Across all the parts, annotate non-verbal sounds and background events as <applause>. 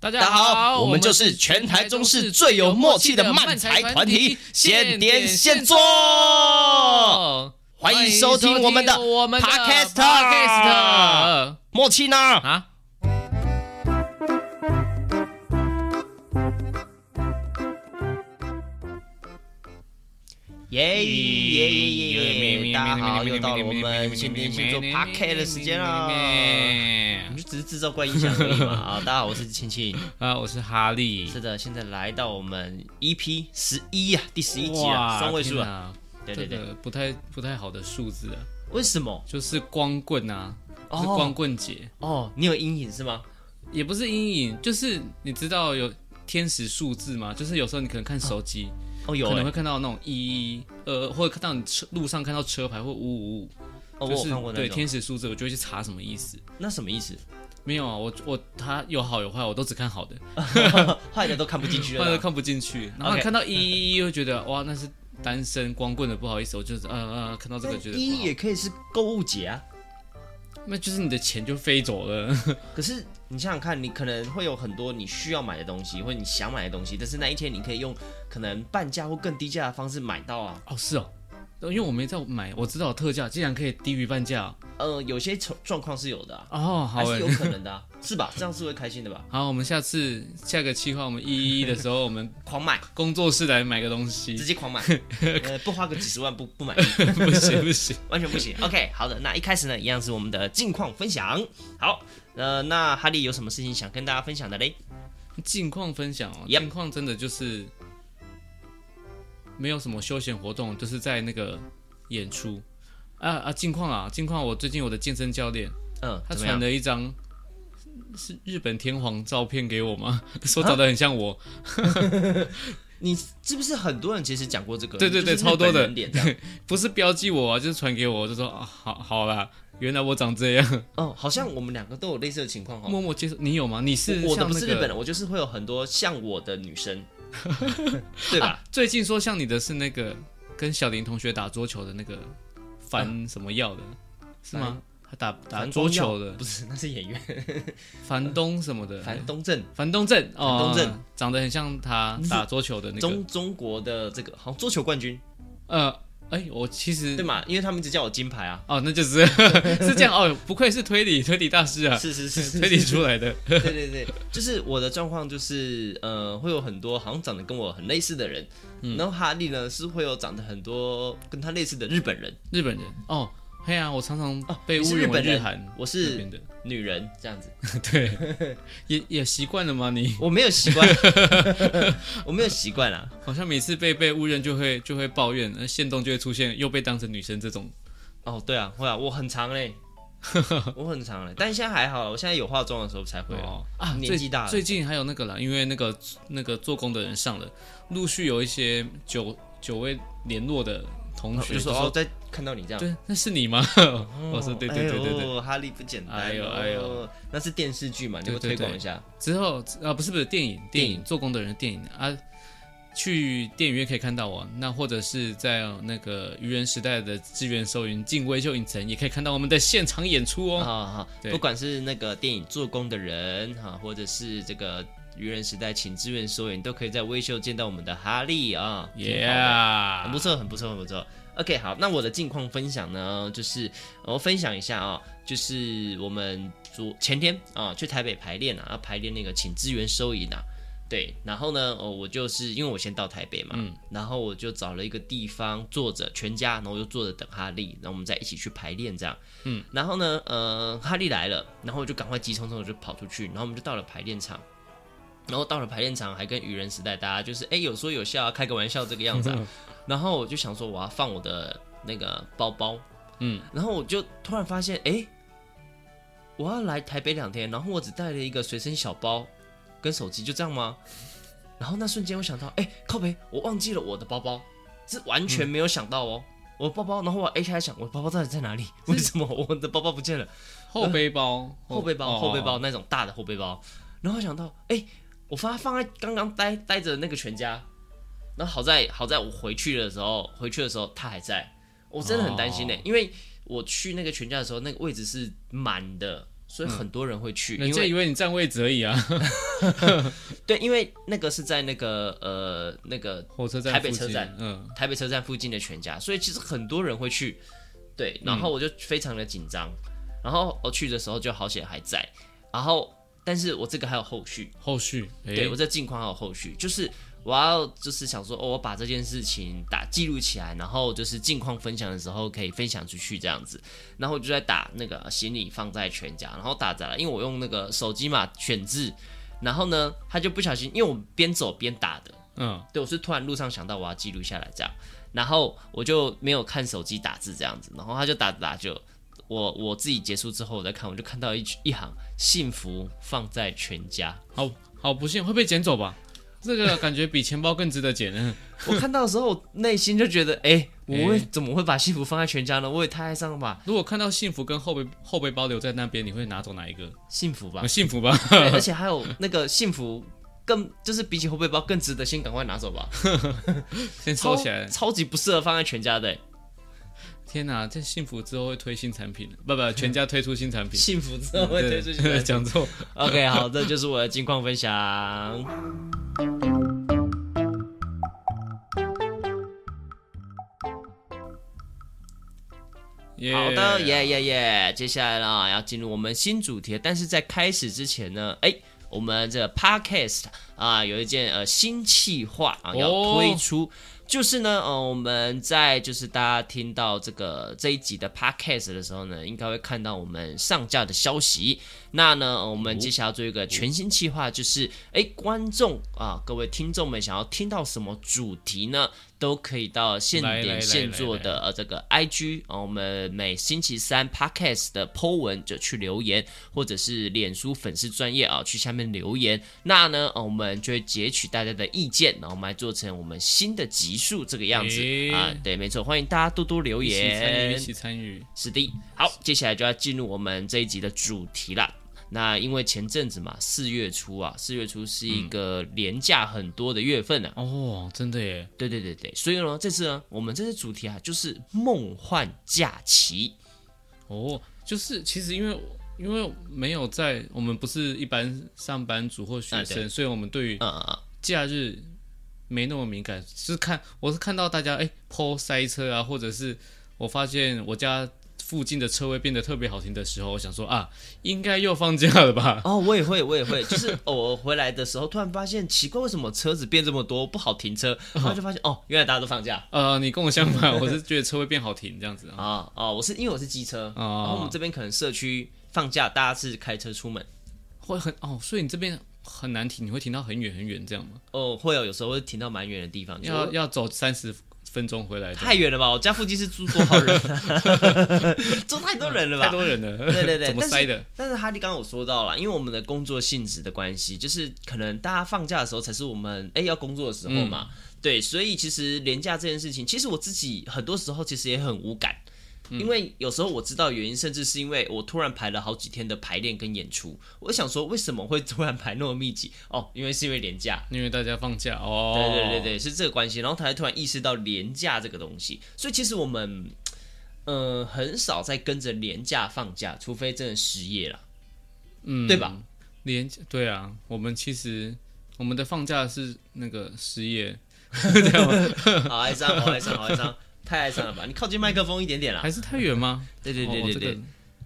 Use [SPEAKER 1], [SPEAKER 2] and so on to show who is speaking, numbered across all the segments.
[SPEAKER 1] 大
[SPEAKER 2] 大家
[SPEAKER 1] 家
[SPEAKER 2] 好，
[SPEAKER 1] 好，
[SPEAKER 2] 我们就是全台中市最有默契的慢才团体，现点现做。欢迎收听我们的
[SPEAKER 1] 我们的
[SPEAKER 2] Podcast
[SPEAKER 1] Podcast
[SPEAKER 2] 默契呢？
[SPEAKER 1] 啊。
[SPEAKER 2] 耶耶耶耶耶！大家好，又到了我们现点现做 Podcast 的时间啦。我们就只是制造怪音响而已嘛。啊，大家好，我是青青。
[SPEAKER 1] 啊，我是哈利
[SPEAKER 2] 是。的，现在来到我们 EP 十一啊，第十一集啊，双位数啊。
[SPEAKER 1] 啊！
[SPEAKER 2] 对
[SPEAKER 1] 这
[SPEAKER 2] 对对，
[SPEAKER 1] 个不太不太好的数字啊，
[SPEAKER 2] 为什么？
[SPEAKER 1] 就是光棍啊，
[SPEAKER 2] 哦
[SPEAKER 1] 是光棍节，
[SPEAKER 2] 哦，你有阴影是吗？
[SPEAKER 1] 也不是阴影，就是你知道有天使数字吗？就是有时候你可能看手机，
[SPEAKER 2] 哦，有
[SPEAKER 1] 可能
[SPEAKER 2] 欸
[SPEAKER 1] 会，看到那种一呃，或者看到你车路上看到车牌或五五五，
[SPEAKER 2] 哦，我
[SPEAKER 1] 就
[SPEAKER 2] 有
[SPEAKER 1] 是
[SPEAKER 2] 看过那
[SPEAKER 1] 对
[SPEAKER 2] 种。
[SPEAKER 1] 天使数字，我就会去查什么意思。
[SPEAKER 2] 那什么意思？
[SPEAKER 1] <laughs> 没有啊，我我它有好有坏，我都只看好的，
[SPEAKER 2] 坏的都看不进去
[SPEAKER 1] 坏的
[SPEAKER 2] 了啦。
[SPEAKER 1] 看不进去。然后
[SPEAKER 2] OK
[SPEAKER 1] 看到一一一，会觉得哇，那是单身光棍的，不好意思，我就是呃呃，看到这个觉得
[SPEAKER 2] 一
[SPEAKER 1] 不
[SPEAKER 2] 也可以是购物节啊。
[SPEAKER 1] 好，那就是你的钱就飞走了。
[SPEAKER 2] 可是你想想看，你可能会有很多你需要买的东西，或者你想买的东西，但是那一天你可以用可能半价或更低价的方式买到啊。
[SPEAKER 1] <laughs> 哦，是哦，因为我没在买，我知道有特价竟然可以低于半价哦
[SPEAKER 2] 呃，有些状状况是有的啊，
[SPEAKER 1] 哦，好
[SPEAKER 2] 还是
[SPEAKER 1] 诶
[SPEAKER 2] 有。可能的、啊，是吧？这样是会开心的吧？
[SPEAKER 1] 好，我们下次下个计划，我们一一的时 <laughs> 候，我们
[SPEAKER 2] 狂买，
[SPEAKER 1] 工作室来买个东西
[SPEAKER 2] 直，接狂买，呃，不花个几十万不不买，
[SPEAKER 1] <laughs> 不行不行。
[SPEAKER 2] 完全
[SPEAKER 1] <laughs>
[SPEAKER 2] 不行。OK，好的，那一开始呢，一样是我们的近况分享。好，呃，那哈利有什么事情想跟大家分享的嘞？
[SPEAKER 1] 近况分享哦，
[SPEAKER 2] Yep
[SPEAKER 1] 近况真的就是没有什么休闲活动，就是在那个演出啊啊，近况啊，近况。我最近我的健身教练
[SPEAKER 2] 嗯，
[SPEAKER 1] 他
[SPEAKER 2] 怎么
[SPEAKER 1] 传
[SPEAKER 2] 样？
[SPEAKER 1] 了一张是是日本天皇照片给我吗？ <laughs> 说长得很像我，
[SPEAKER 2] 你是不是很多人其实讲过这个？
[SPEAKER 1] 对对对
[SPEAKER 2] 就是
[SPEAKER 1] 超多的
[SPEAKER 2] 日本人脸
[SPEAKER 1] <laughs>
[SPEAKER 2] 这样。
[SPEAKER 1] 不是标记我啊，就是传给我，我就说啊，好好啦，原来我长这样，
[SPEAKER 2] 哦，好像我们两个都有类似的情况哈。
[SPEAKER 1] 默默接受。你有吗？你是
[SPEAKER 2] 哦我我的
[SPEAKER 1] 像
[SPEAKER 2] 不
[SPEAKER 1] 那
[SPEAKER 2] 是日本啊
[SPEAKER 1] 个
[SPEAKER 2] 人，我就是会有很多像我的
[SPEAKER 1] <laughs>
[SPEAKER 2] 女生，啊对吧？
[SPEAKER 1] 啊最近说像你的是那个跟小林同学打桌球的那个樊什么耀的，是吗？他打打
[SPEAKER 2] 樊
[SPEAKER 1] 桌
[SPEAKER 2] 光耀
[SPEAKER 1] 球的，嗯
[SPEAKER 2] 不是，那是演员
[SPEAKER 1] 樊东什么的，
[SPEAKER 2] 樊东正，
[SPEAKER 1] 樊东正，哦，
[SPEAKER 2] 樊东正
[SPEAKER 1] 长得很像他打桌球的那个，
[SPEAKER 2] 中中国的这个好像桌球冠军，
[SPEAKER 1] 呃，哎，我其实
[SPEAKER 2] 对嘛？因为他们一直叫我金牌啊。
[SPEAKER 1] 哦，那就是 <laughs> 是这样哦，不愧是推理推理大师啊，
[SPEAKER 2] 是是是是
[SPEAKER 1] 推理出来的，
[SPEAKER 2] <laughs> 对对对，就是我的状况就是，呃，会有很多好像长得跟我很类似的人，
[SPEAKER 1] 嗯
[SPEAKER 2] 然后哈利呢是会有长得很多跟他类似的日本人，
[SPEAKER 1] 日本人哦，嘿啊，我常常被
[SPEAKER 2] 哦你是
[SPEAKER 1] 误
[SPEAKER 2] 日
[SPEAKER 1] 认为
[SPEAKER 2] 本人
[SPEAKER 1] 韩，
[SPEAKER 2] 我
[SPEAKER 1] 日
[SPEAKER 2] 是
[SPEAKER 1] 本的，
[SPEAKER 2] 女人这样子，
[SPEAKER 1] <laughs> 对，也也习惯了吗？你
[SPEAKER 2] 我没有习惯， <laughs> 我没有习惯啊，
[SPEAKER 1] 好像每次被被误认就会就会抱怨，呃，线动就会出现又被当成女生这种，
[SPEAKER 2] 哦，对啊，会啊，我很长
[SPEAKER 1] <laughs>
[SPEAKER 2] 嘞，我很长嘞，但现在还好啊了，我现在有化妆的时候才会。
[SPEAKER 1] 哦啊，
[SPEAKER 2] 年
[SPEAKER 1] 最
[SPEAKER 2] 纪大了
[SPEAKER 1] 最近还有那个啦，因为那个那个做工的人上了，陆续有一些久久未联络的同
[SPEAKER 2] 我
[SPEAKER 1] 学
[SPEAKER 2] 就说哦，哎
[SPEAKER 1] 哦，
[SPEAKER 2] 再看到你这样，
[SPEAKER 1] 对，那是你吗？ <laughs> 我说对对对对对。
[SPEAKER 2] 对，哈利不简单，哦
[SPEAKER 1] 哎呦哎呦，
[SPEAKER 2] 那是电视剧嘛，你会
[SPEAKER 1] 对对
[SPEAKER 2] 推
[SPEAKER 1] 对
[SPEAKER 2] 广一下，
[SPEAKER 1] 之后啊，不是不是电影
[SPEAKER 2] 电
[SPEAKER 1] 电
[SPEAKER 2] 影
[SPEAKER 1] 影做工的人的电影啊，去电影院可以看到我，那或者是在那个愚人时代的志愿收银进微秀影城也可以看到我们的现场演出
[SPEAKER 2] 啊
[SPEAKER 1] 哦。
[SPEAKER 2] 哈，
[SPEAKER 1] 对
[SPEAKER 2] 不管是那个电影做工的人哈，或者是这个愚人时代请志愿收银，都可以在微秀见到我们的哈利啊，挺好的很
[SPEAKER 1] Yeah，
[SPEAKER 2] 不错，很不错，很不错。OK，好，那我的近况分享呢，就是我分享一下啊、就是我们昨前天啊、去台北排练啊，要排练那个请支援收银啊，对，然后呢，哦，我就是因为我先到台北嘛，然后我就找了一个地方坐着，全家，然后我就坐着等哈利，然后我们再一起去排练这样，嗯，然后呢，呃，哈利来了，然后我就赶快急匆匆的就跑出去，然后我们就到了排练场。然后到了排练场，还跟愚人时代大家就是哎有说有笑啊，开个玩笑这个样子啊。然后我就想说我要放我的那个包包，
[SPEAKER 1] 嗯，
[SPEAKER 2] 然后我就突然发现，哎，我要来台北两天，然后我只带了一个随身小包跟手机，就这样吗？然后那瞬间我想到，哎，靠北，我忘记了我的包包，是完全没有想到哦。我包包，然后我 A 开想，我的包包到底在哪里？为什么我的包包不见了？
[SPEAKER 1] 后背包，
[SPEAKER 2] <laughs> 后背包，
[SPEAKER 1] 哦
[SPEAKER 2] 后背包那种大的后背包。然后想到，哎、我发放在刚刚待待着的那个全家，然后好在好在我回去的时候，回去的时候他还在，我真的很担心呢、
[SPEAKER 1] 哦
[SPEAKER 2] 因为我去那个全家的时候，那个位置是满的，所以很多人会去，
[SPEAKER 1] 人
[SPEAKER 2] 因
[SPEAKER 1] 家
[SPEAKER 2] 为
[SPEAKER 1] 以为你占位置而已啊， <laughs>
[SPEAKER 2] 对，因为那个是在那个呃那个
[SPEAKER 1] 火车站
[SPEAKER 2] 台北
[SPEAKER 1] 附
[SPEAKER 2] 车
[SPEAKER 1] 近
[SPEAKER 2] 站，
[SPEAKER 1] 嗯，
[SPEAKER 2] 台北车站附近的全家，所以其实很多人会去。
[SPEAKER 1] 嗯
[SPEAKER 2] 对，然后我就非常的紧张，然后我去的时候就好险还在，然后但是我这个还有后续，
[SPEAKER 1] 后续哎，
[SPEAKER 2] 对我这近况还有后续，就是我要就是想说，哦，我把这件事情打记录起来，然后就是近况分享的时候可以分享出去这样子。然后我就在打那个行李放在全家，然后打杂了，因为我用那个手机嘛选字，然后呢他就不小心，因为我边走边打的，
[SPEAKER 1] 嗯，
[SPEAKER 2] 对我是突然路上想到我要记录下来这样，然后我就没有看手机打字这样子，然后他就打着打着就。我我自己结束之后，我再看，我就看到一一行“幸福放在全家”，
[SPEAKER 1] 好好不幸会被捡走吧？ <laughs> 这个感觉比钱包更值得捡。嗯
[SPEAKER 2] <laughs> 我看到的时候，我内心就觉得，哎、我会
[SPEAKER 1] 哎
[SPEAKER 2] 怎么会把幸福放在全家呢？我也太爱上了吧，
[SPEAKER 1] 如果看到幸福跟后背后背包留在那边，你会拿走哪一个？
[SPEAKER 2] 幸福
[SPEAKER 1] <laughs>
[SPEAKER 2] 吧
[SPEAKER 1] 啊，。幸福吧，
[SPEAKER 2] 对而且还有那个幸福更，就是比起后背包更值得，先赶快拿走
[SPEAKER 1] <laughs>
[SPEAKER 2] 吧。
[SPEAKER 1] 先收起来。
[SPEAKER 2] 超，超级不适合放在全家的、哎
[SPEAKER 1] 天哪，这幸福之后会推新产品了，不不，全家推出新产
[SPEAKER 2] <laughs>
[SPEAKER 1] 品。
[SPEAKER 2] 幸福之后会推出去
[SPEAKER 1] 嗯 <laughs> 对讲错。
[SPEAKER 2] OK，好，这就是我的近况分享。
[SPEAKER 1] 耶
[SPEAKER 2] 好的，耶耶耶！接下来呢，要进入我们新主题了。但是在开始之前呢，哎、我们这个 podcast 啊，有一件呃新企划啊要
[SPEAKER 1] 哦
[SPEAKER 2] 推出。就是呢，呃，我们在就是大家听到这个这一集的 podcast 的时候呢，应该会看到我们上架的消息。那呢，呃我们接下来做一个全新计划，就是哎，观众啊，各位听众们想要听到什么主题呢？都可以到现
[SPEAKER 1] 来来来
[SPEAKER 2] 点现做
[SPEAKER 1] 来
[SPEAKER 2] 的呃这个 IG 啊、我们每星期三 podcast 的 po 文就去留言，或者是脸书粉丝专业啊去下面留言。那呢，呃我们就会截取大家的意见，然后我们来做成我们新的集数这个样子
[SPEAKER 1] 诶
[SPEAKER 2] 啊。对，没错，欢迎大家多多留
[SPEAKER 1] 一起参与，
[SPEAKER 2] 言
[SPEAKER 1] 一。起参与。
[SPEAKER 2] 是的，好，接下来就要进入我们这一集的主题啦。那因为前阵子嘛，四月初啊，四月初是一
[SPEAKER 1] 嗯
[SPEAKER 2] 个廉价很多的月份啊，
[SPEAKER 1] 哦，真的耶，
[SPEAKER 2] 对对对对，所以呢，这次呢，我们这次主题啊，就是梦幻假期。
[SPEAKER 1] 哦，就是其实因为因为没有在我们不是一般上班族或学
[SPEAKER 2] 啊
[SPEAKER 1] 生，
[SPEAKER 2] 对
[SPEAKER 1] 所以我们对于
[SPEAKER 2] 嗯嗯嗯，
[SPEAKER 1] 假日没那么敏感，是看我是看到大家哎抛塞车啊，或者是我发现我家附近的车位变得特别好停的时候，我想说啊，应该又放假了吧？<laughs>
[SPEAKER 2] <laughs> 哦，我也会，我也会， <laughs> 就是偶尔回来的时候，突然发现奇怪，为什么车子变这么多，不好停车， <laughs> 然后就发现哦，原来大家都放假。
[SPEAKER 1] 呃，你跟我相反，我是觉得车位变好停这样子啊。
[SPEAKER 2] 啊哦，我是因为我是机车，
[SPEAKER 1] 哦
[SPEAKER 2] 然后我们这边可能社区放假，大家是开车出门，
[SPEAKER 1] 会很哦，所以你这边很难停，你会停到很远很远这样吗？
[SPEAKER 2] 哦，会有有时候会停到蛮远的地方，就
[SPEAKER 1] 要要走三十分钟回来这样，
[SPEAKER 2] 太远了吧？我家附近是住多少人、 <laughs> 啊？住太多人了
[SPEAKER 1] 太
[SPEAKER 2] 吧？
[SPEAKER 1] 多人了， <laughs>
[SPEAKER 2] 对对对，
[SPEAKER 1] 怎么塞的？
[SPEAKER 2] 但是？但是哈利刚刚有说到了，因为我们的工作性质的关系，就是可能大家放假的时候才是我们哎、要工作的时候嘛。
[SPEAKER 1] 嗯
[SPEAKER 2] 对，所以其实廉价这件事情，其实我自己很多时候其实也很无感，
[SPEAKER 1] 嗯
[SPEAKER 2] 因为有时候我知道原因，甚至是因为我突然排了好几天的排练跟演出，我想说为什么会突然排那么密集？哦，因为是因为廉价。
[SPEAKER 1] 因为大家放假哦，
[SPEAKER 2] 对对对对，是这个关系。然后他才突然意识到廉价这个东西，所以其实我们，呃，很少在跟着廉价放假，除非真的失业
[SPEAKER 1] <laughs>
[SPEAKER 2] 了，
[SPEAKER 1] 嗯
[SPEAKER 2] 对吧？
[SPEAKER 1] 连对啊，我们其实我们的放假是那个失业，
[SPEAKER 2] 好哀伤，好哀伤，好哀伤，太哀伤了吧？你靠近麦克风一点点啦。
[SPEAKER 1] 还是太远吗？
[SPEAKER 2] 对对对
[SPEAKER 1] 哦
[SPEAKER 2] 对
[SPEAKER 1] 这
[SPEAKER 2] 对，
[SPEAKER 1] 个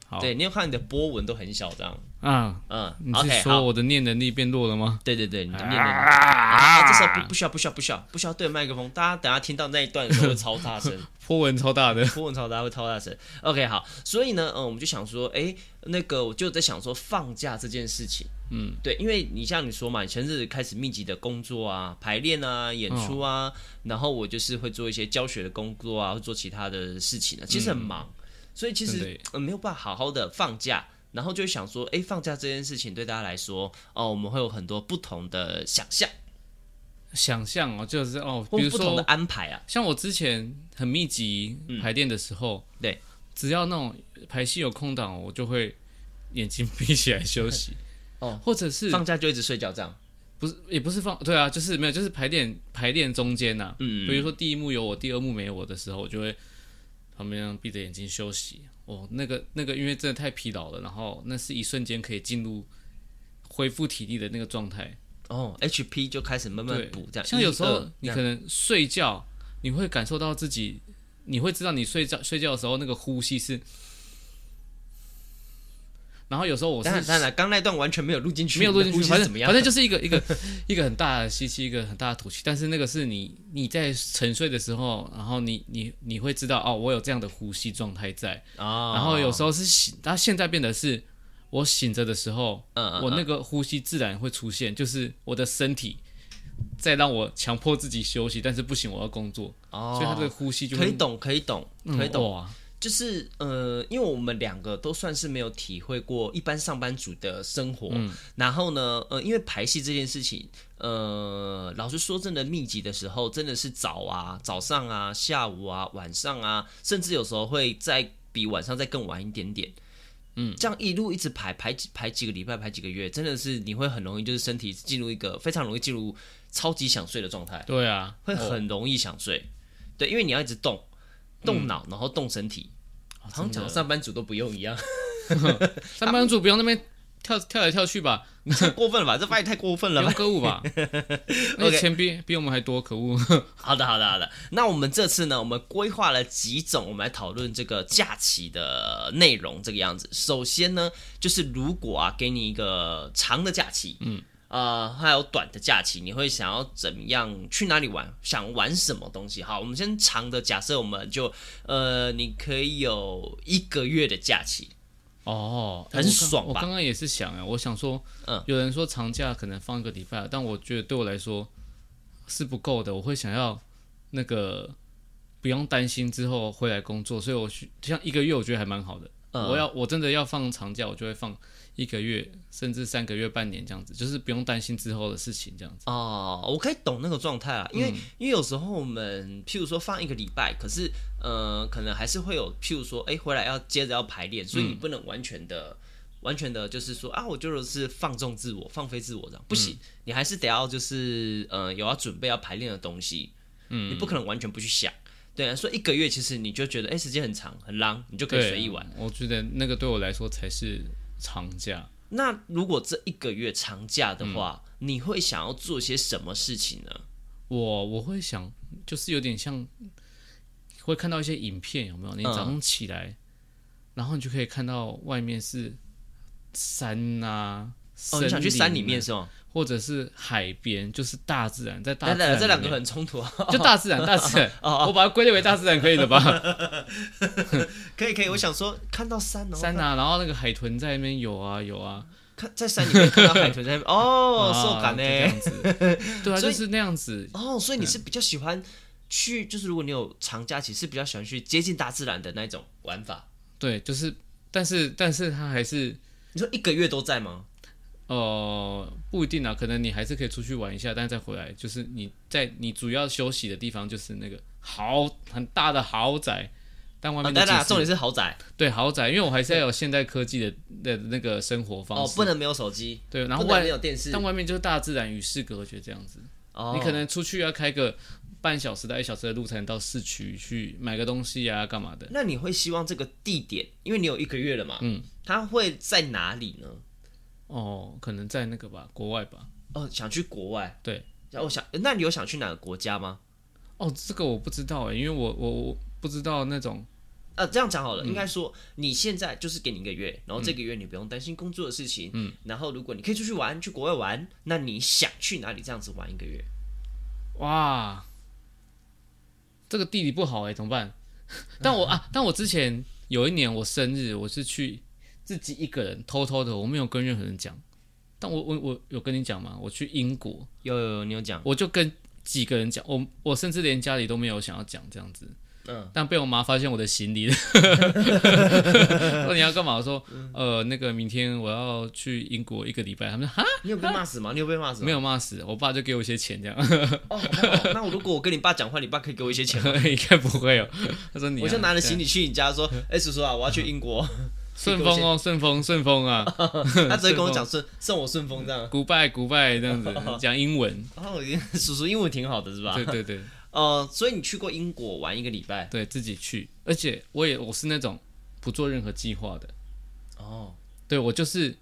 [SPEAKER 1] 好
[SPEAKER 2] 对你有看你的波纹都很小这样，
[SPEAKER 1] 啊，
[SPEAKER 2] 嗯
[SPEAKER 1] 你是
[SPEAKER 2] ，OK，
[SPEAKER 1] 说
[SPEAKER 2] 好，
[SPEAKER 1] 我的念能力变弱了吗？
[SPEAKER 2] 对对对，你的面面。啊，这时候不不需要不需要不需要不需要对麦克风，大家等下听到那一段的时候会超大声，
[SPEAKER 1] 波纹超大的，
[SPEAKER 2] 波纹超大会超大声。OK，好，所以呢，嗯，我们就想说，哎、那个我就在想说放假这件事情，嗯，对，因为你像你说嘛，你前阵子开始密集的工作啊、排练啊、演出啊，然后我就是会做一些教学的工作啊，会做其他的事情啊，其实很忙，所以其
[SPEAKER 1] 真的
[SPEAKER 2] 实
[SPEAKER 1] 耶、
[SPEAKER 2] 呃、没有办法好好的放假。然后就会想说，哎，放假这件事情对大家来说，哦，我们会有很多不同的想象，
[SPEAKER 1] 想象哦，就是哦，
[SPEAKER 2] 或
[SPEAKER 1] 比如
[SPEAKER 2] 不同
[SPEAKER 1] 说
[SPEAKER 2] 的安排啊。
[SPEAKER 1] 像我之前很密集排练的时候，
[SPEAKER 2] 对，
[SPEAKER 1] 只要那种排戏有空档，我就会眼睛闭起来休息。
[SPEAKER 2] <laughs> 哦，
[SPEAKER 1] 或者是
[SPEAKER 2] 放假就一直睡觉这样，
[SPEAKER 1] 不是也不是放对啊，就是没有，就是排练排练中间呐、啊
[SPEAKER 2] 嗯
[SPEAKER 1] 比如说第一幕有我，第二幕没有我的时候，我就会他们让闭着眼睛休息。哦，那个那个，因为真的太疲劳了，然后那是一瞬间可以进入恢复体力的那个状态。
[SPEAKER 2] 哦，HP 就开始慢慢
[SPEAKER 1] 对
[SPEAKER 2] 补，这样
[SPEAKER 1] 像
[SPEAKER 2] 一
[SPEAKER 1] 有时
[SPEAKER 2] 二
[SPEAKER 1] 候你
[SPEAKER 2] 这样
[SPEAKER 1] 可能睡觉，你会感受到自己，你会知道你睡觉睡觉的时候那个呼吸是。然后有时候我是
[SPEAKER 2] 当然当然，刚那段完全没有录进去，
[SPEAKER 1] 没有录进
[SPEAKER 2] 你
[SPEAKER 1] 去，
[SPEAKER 2] 的呼吸
[SPEAKER 1] 反
[SPEAKER 2] 是
[SPEAKER 1] 正
[SPEAKER 2] 怎么样？
[SPEAKER 1] 反正就是一个 <laughs> 一个一个很大的吸气，一个很大的吐气。但是那个是你你在沉睡的时候，然后你你你会知道哦，我有这样的呼吸状态在。
[SPEAKER 2] 啊，
[SPEAKER 1] 然后有时候是醒，它现在变得是我醒着的时候，
[SPEAKER 2] 嗯嗯
[SPEAKER 1] 我那个呼吸自然会出现，就是我的身体在让我强迫自己休息，但是不行，我要工作，
[SPEAKER 2] 哦，
[SPEAKER 1] 所以它这个呼吸就
[SPEAKER 2] 可以
[SPEAKER 1] 会
[SPEAKER 2] 懂，可以懂，
[SPEAKER 1] 嗯
[SPEAKER 2] 可以懂。
[SPEAKER 1] 哇
[SPEAKER 2] 就是呃，因为我们两个都算是没有体会过一般上班族的生活，然后呢，呃，因为排戏这件事情，呃，老实说，真的密集的时候，真的是早啊、早上啊、下午啊、晚上啊，甚至有时候会再比晚上再更晚一点点。嗯，这样一路一直排排几排几个礼拜，排几个月，真的是你会很容易就是身体进入一个非常容易进入超级想睡的状态。
[SPEAKER 1] 对啊，
[SPEAKER 2] 会很容易想睡。对，因为你要一直动，动脑，然后动身体，
[SPEAKER 1] 哦
[SPEAKER 2] 好像
[SPEAKER 1] 真
[SPEAKER 2] 讲
[SPEAKER 1] 的
[SPEAKER 2] 上班族都不用一样，
[SPEAKER 1] 上班族不用那边跳跳来跳去吧，
[SPEAKER 2] 你 <laughs> 太过分了吧？这发言太过分
[SPEAKER 1] 不
[SPEAKER 2] 了
[SPEAKER 1] 用
[SPEAKER 2] 吧？
[SPEAKER 1] 歌舞吧，那个钱比比我们还多，可恶。
[SPEAKER 2] <laughs> 好的，好的，好的。那我们这次呢，我们规划了几种，我们来讨论这个假期的内容，这个样子。首先呢，就是如果啊，给你一个长的假期，嗯。呃，还有短的假期，你会想要怎么样去哪里玩？想玩什么东西？好，我们先长的，假设我们就呃，你可以有一个月的假期，
[SPEAKER 1] 哦，我
[SPEAKER 2] 很
[SPEAKER 1] 刚
[SPEAKER 2] 爽吧
[SPEAKER 1] 我刚刚也是想啊，我想说，
[SPEAKER 2] 嗯
[SPEAKER 1] 有人说长假可能放一个礼拜，啊但我觉得对我来说是不够的，我会想要那个不用担心之后回来工作，所以我去像一个月，我觉得还蛮好的。
[SPEAKER 2] 嗯
[SPEAKER 1] 我要我真的要放长假，我就会放一个月，甚至三个月、半年这样子，就是不用担心之后的事情这样子。
[SPEAKER 2] 哦，我可以懂那个状态啊，因为、
[SPEAKER 1] 嗯
[SPEAKER 2] 因为有时候我们譬如说放一个礼拜，可是呃，可能还是会有譬如说，哎、回来要接着要排练，所以
[SPEAKER 1] 嗯
[SPEAKER 2] 你不能完全的、完全的，就是说啊，我就是放纵自我、放飞自我这样，不行，
[SPEAKER 1] 嗯
[SPEAKER 2] 你还是得要就是呃，有要准备要排练的东西，嗯，你不可能完全不去想。对啊，所以一个月其实你就觉得，哎、时间很长很浪，你就可以
[SPEAKER 1] 对，啊
[SPEAKER 2] 随意玩。，
[SPEAKER 1] 我觉得那个对我来说才是长假。
[SPEAKER 2] 那如果这一个月长假
[SPEAKER 1] 嗯
[SPEAKER 2] 的话，你会想要做些什么事情呢？
[SPEAKER 1] 我我会想，就是有点像会看到一些影片，有没
[SPEAKER 2] 嗯
[SPEAKER 1] 有？你早上起来，然后你就可以看到外面是山啊，
[SPEAKER 2] 哦，你想去
[SPEAKER 1] 森林
[SPEAKER 2] 山里
[SPEAKER 1] 啊
[SPEAKER 2] 面，是吗？
[SPEAKER 1] 或者是海边，就是大自然，在大
[SPEAKER 2] 来
[SPEAKER 1] 自
[SPEAKER 2] 来，
[SPEAKER 1] 然
[SPEAKER 2] 这两
[SPEAKER 1] 里
[SPEAKER 2] 个哦
[SPEAKER 1] 面
[SPEAKER 2] 很冲突啊！
[SPEAKER 1] 就大自然，大自然，我把它归类为大自然，可以了吧？
[SPEAKER 2] <laughs> 可以可以，我想说看到山哦，
[SPEAKER 1] 山啊，然后那个海豚在那边游啊游啊，
[SPEAKER 2] 看 <laughs> 在山里面看到海豚在那边，
[SPEAKER 1] <laughs>
[SPEAKER 2] 哦，
[SPEAKER 1] 啊
[SPEAKER 2] 受感
[SPEAKER 1] 就这样
[SPEAKER 2] 呢。
[SPEAKER 1] 子，对啊，
[SPEAKER 2] <laughs> 所
[SPEAKER 1] 就
[SPEAKER 2] 以
[SPEAKER 1] 是那样子，
[SPEAKER 2] 哦，所以你是比较喜欢去，就是如果你有长假期，是比较喜欢去接近大自然的那种玩法。
[SPEAKER 1] 对，就是，但是但是它还是。
[SPEAKER 2] 你说一个月都在吗？
[SPEAKER 1] 呃，不一定啊，可能你还是可以出去玩一下，但是再回来，就是你在你主要休息的地方就是那个豪很大的豪宅，但外
[SPEAKER 2] 啊，
[SPEAKER 1] 面的
[SPEAKER 2] 当
[SPEAKER 1] 景
[SPEAKER 2] 然啊，
[SPEAKER 1] 色、
[SPEAKER 2] 重点是豪宅
[SPEAKER 1] 对豪宅，因为我还是要有现代科技的的那个生活方
[SPEAKER 2] 哦，
[SPEAKER 1] 式，
[SPEAKER 2] 不能没有手机，
[SPEAKER 1] 对，然后
[SPEAKER 2] 不能
[SPEAKER 1] 外
[SPEAKER 2] 没有电视
[SPEAKER 1] 但。外面就是大自然与世隔绝这样子，
[SPEAKER 2] 哦，
[SPEAKER 1] 你可能出去要开个半小时到一小时的路才能到市区去买个东西啊，干嘛的？
[SPEAKER 2] 那你会希望这个地点，因为你有一个月了嘛，嗯，它会在哪里呢？
[SPEAKER 1] 哦，可能在那个吧，国外吧，
[SPEAKER 2] 哦，想去国外，
[SPEAKER 1] 对，
[SPEAKER 2] 然后我想，那你有想去哪个国家吗？
[SPEAKER 1] 哦，这个我不知道哎、因为我我我不知道那种。
[SPEAKER 2] 呃，这样讲好了，应该说你现在就是给你一个月，然后这个月你不用担心工作的事情，嗯，然后如果你可以出去玩，去国外玩，那你想去哪里这样子玩一个月？
[SPEAKER 1] 哇，这个地理不好哎、怎么办？ <laughs> 但我啊，但我之前有一年我生日，我是去自己一个人偷偷的，我没有跟任何人讲。但我我我有跟你讲吗？我去英国，
[SPEAKER 2] 有有有，你有讲，
[SPEAKER 1] 我就跟几个人讲，我我甚至连家里都没有想要讲这样子。
[SPEAKER 2] 嗯，
[SPEAKER 1] 但被我妈发现我的行李了， <laughs> 说你要干嘛？我说
[SPEAKER 2] 嗯
[SPEAKER 1] 呃，那个明天我要去英国一个礼拜。他们说哈，
[SPEAKER 2] 你有被骂死 <laughs> 吗？你有被骂死吗？
[SPEAKER 1] 没
[SPEAKER 2] 有。
[SPEAKER 1] 有骂死，我爸就给我一些钱这样， <laughs>
[SPEAKER 2] 哦，好好那我如果我跟你爸讲话，你爸可以给我一些钱吗。
[SPEAKER 1] 应该不会哦。他说你、啊，
[SPEAKER 2] 我就拿着行
[SPEAKER 1] 李。
[SPEAKER 2] 李 <laughs> 去你家 <laughs> 说，哎、叔叔啊，我要去英 <laughs> 国。
[SPEAKER 1] 顺丰哦，顺丰，顺丰
[SPEAKER 2] <laughs>
[SPEAKER 1] 啊
[SPEAKER 2] 他只会跟我讲顺送我顺丰这样。 <laughs> 哦
[SPEAKER 1] ，goodbye，goodbye 这样子讲英文，
[SPEAKER 2] 然后叔叔英文挺好的是吧？
[SPEAKER 1] 对对对，
[SPEAKER 2] 呃，所以你去过英国玩一个礼拜
[SPEAKER 1] 对自己去，而且我也我是那种不做任何计划的，
[SPEAKER 2] 哦，
[SPEAKER 1] 对我就是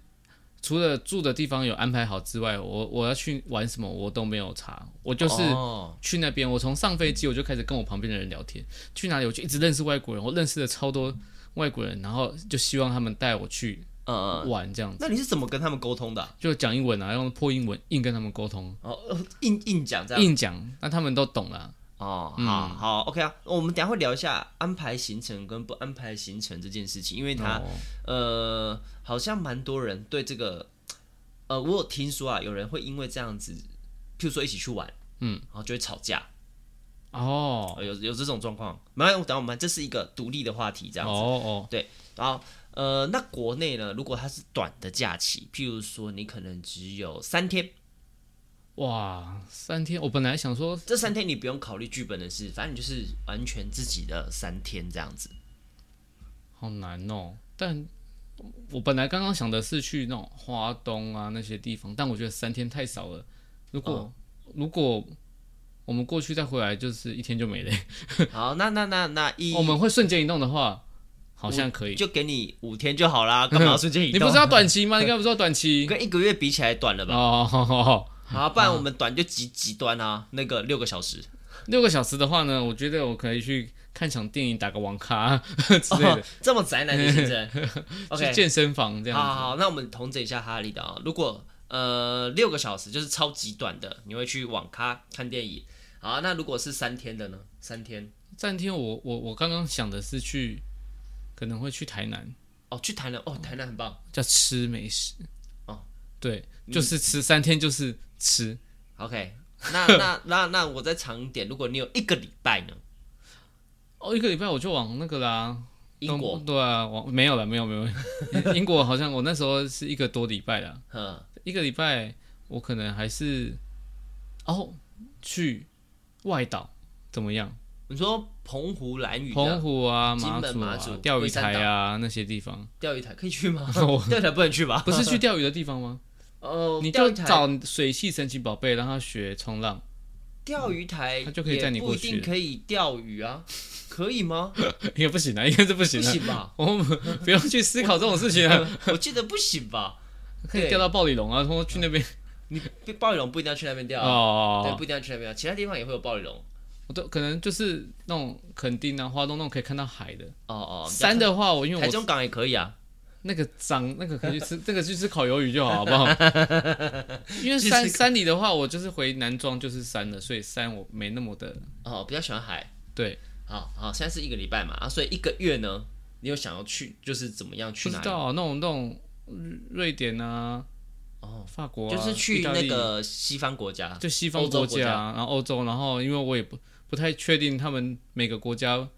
[SPEAKER 1] 除了住的地方有安排好之外，我我要去玩什么我都没有查，我就是
[SPEAKER 2] 哦
[SPEAKER 1] 去那边，我从上飞机我就开始跟我旁边的人聊天，去哪里我就一直认识外国人，我认识了超多外国人，然后就希望他们带我去
[SPEAKER 2] 嗯嗯，
[SPEAKER 1] 玩这样子，
[SPEAKER 2] 那你是怎么跟他们沟通的啊、
[SPEAKER 1] 就讲英文啊，用破英文硬跟他们沟通，
[SPEAKER 2] 哦，呃硬硬讲这样。
[SPEAKER 1] 硬讲，那他们都懂啦。
[SPEAKER 2] 哦，
[SPEAKER 1] 嗯
[SPEAKER 2] 好好，OK 啊，我们等一下会聊一下安排行程跟不安排行程这件事情，因为它、
[SPEAKER 1] 哦
[SPEAKER 2] 呃好像蛮多人对这个呃，我有听说啊，有人会因为这样子，譬如说一起去玩，嗯，然后就会吵架，
[SPEAKER 1] 哦
[SPEAKER 2] 哦、有有这种状况。没关系，等一下我们这是一个独立的话题，这样子。
[SPEAKER 1] 哦
[SPEAKER 2] 然后呃，那国内呢，如果它是短的假期，譬如说你可能只有三天，
[SPEAKER 1] 哦，哇，三天，我哦本来想说
[SPEAKER 2] 这三天你不用考虑剧本的事，反正你就是完全自己的三天这样子。
[SPEAKER 1] 好难哦，但我本来刚刚想的是去那种花东啊那些地方，但我觉得三天太少了。如
[SPEAKER 2] 哦
[SPEAKER 1] 果、如果我们过去再回来，就是一天就
[SPEAKER 2] <laughs>
[SPEAKER 1] 没了。
[SPEAKER 2] 好，那那那那一，
[SPEAKER 1] 哦我们会瞬间移动的话，好像可以。
[SPEAKER 2] 就给你五天就好啦，干嘛要瞬间移
[SPEAKER 1] 嗯你
[SPEAKER 2] 动？
[SPEAKER 1] 不是要短期吗？你刚才不是要短
[SPEAKER 2] <laughs>
[SPEAKER 1] 期？
[SPEAKER 2] 跟一个月比起来短了吧？
[SPEAKER 1] 哦，好好好，
[SPEAKER 2] 好，不然我们短就极极端啊，那个六个小时。
[SPEAKER 1] 六个小时的话呢，我觉得我可以去看场电影，打个网咖之类
[SPEAKER 2] 哦
[SPEAKER 1] 的，
[SPEAKER 2] <laughs> 这么宅男的先生
[SPEAKER 1] 去 <laughs>
[SPEAKER 2] 哦，OK，
[SPEAKER 1] 健身啊房这
[SPEAKER 2] 好好
[SPEAKER 1] 样子。
[SPEAKER 2] 好，那我们统整一下哈利的啊、如果呃六个小时就是超级短的，你会去网咖看电影。好，那如果是三天的呢？三天
[SPEAKER 1] 暂停，我我我刚刚想的是去，可能会去台南。
[SPEAKER 2] 哦，去台南哦，台南很棒。
[SPEAKER 1] 叫吃美食。
[SPEAKER 2] 哦，
[SPEAKER 1] 对，就是吃三天，就是吃。
[SPEAKER 2] OK，那那 <laughs> 那那我再长一点，如果你有一个礼拜呢？
[SPEAKER 1] 哦，一个礼拜我就往那个啦，
[SPEAKER 2] 英国，
[SPEAKER 1] 东。对啊，往没有了，没有没有。 <laughs> 英国好像我那时候是一个多礼拜啦，
[SPEAKER 2] 嗯，
[SPEAKER 1] 一个礼拜我可能还是哦去外岛怎么样？
[SPEAKER 2] 你说澎湖、蓝屿
[SPEAKER 1] 澎
[SPEAKER 2] 的
[SPEAKER 1] 湖啊、
[SPEAKER 2] 金门
[SPEAKER 1] 马
[SPEAKER 2] 马祖
[SPEAKER 1] 啊、钓鱼
[SPEAKER 2] 龟山岛
[SPEAKER 1] 台啊那些地方，
[SPEAKER 2] 钓鱼台可以
[SPEAKER 1] <laughs>
[SPEAKER 2] 去吗？钓鱼台不能去吧？
[SPEAKER 1] 不是去钓鱼的地方吗？
[SPEAKER 2] <laughs> 呃，
[SPEAKER 1] 你
[SPEAKER 2] 钓
[SPEAKER 1] 就
[SPEAKER 2] 鱼台
[SPEAKER 1] 找水系神奇宝贝，让他学冲浪。
[SPEAKER 2] 钓鱼台，
[SPEAKER 1] 他就可以带你过
[SPEAKER 2] 不一
[SPEAKER 1] 去
[SPEAKER 2] 定可以钓鱼啊，可
[SPEAKER 1] <laughs>
[SPEAKER 2] 以吗？
[SPEAKER 1] 也不行啊，应该是不
[SPEAKER 2] 不
[SPEAKER 1] 行啊。<laughs>
[SPEAKER 2] 行吧？
[SPEAKER 1] 我们不要去思考这种事情
[SPEAKER 2] <laughs>
[SPEAKER 1] 啊。
[SPEAKER 2] 我记得不行吧？
[SPEAKER 1] 可以
[SPEAKER 2] 对
[SPEAKER 1] 钓到暴鲤龙啊，通过去那边
[SPEAKER 2] 暴鲤龙不一定要去那边钓啊，对，
[SPEAKER 1] 哦，
[SPEAKER 2] 不一定要去那边钓，其他地方也会有暴鲤龙。
[SPEAKER 1] 我都可能就是那种垦丁啊、花东那种可以看到海的。
[SPEAKER 2] 哦哦，
[SPEAKER 1] 山的话，我因为
[SPEAKER 2] 台
[SPEAKER 1] 我
[SPEAKER 2] 中港也可以啊。
[SPEAKER 1] 那个脏，那个可以去吃， <laughs> 这个去吃烤鱿鱼就好，好不
[SPEAKER 2] <laughs>
[SPEAKER 1] 好？因为
[SPEAKER 2] 去
[SPEAKER 1] 山
[SPEAKER 2] 吃
[SPEAKER 1] 山里的话，我就是回南庄就是山了，所以山我没那么的
[SPEAKER 2] 哦，比较喜欢海。
[SPEAKER 1] 对，
[SPEAKER 2] 好好，现在是一个礼拜嘛，啊，所以一个月呢，你有想要去，就是怎么样
[SPEAKER 1] 不
[SPEAKER 2] 去
[SPEAKER 1] 知
[SPEAKER 2] 哪里？
[SPEAKER 1] 道啊那种那种瑞瑞典啊、
[SPEAKER 2] 哦，
[SPEAKER 1] 法国啊，
[SPEAKER 2] 就是去
[SPEAKER 1] 意大
[SPEAKER 2] 那
[SPEAKER 1] 利
[SPEAKER 2] 个西方国家，
[SPEAKER 1] 就西方
[SPEAKER 2] 啊欧洲
[SPEAKER 1] 国
[SPEAKER 2] 国家
[SPEAKER 1] 然后欧洲，然后因为我也不不太确定他们每个国家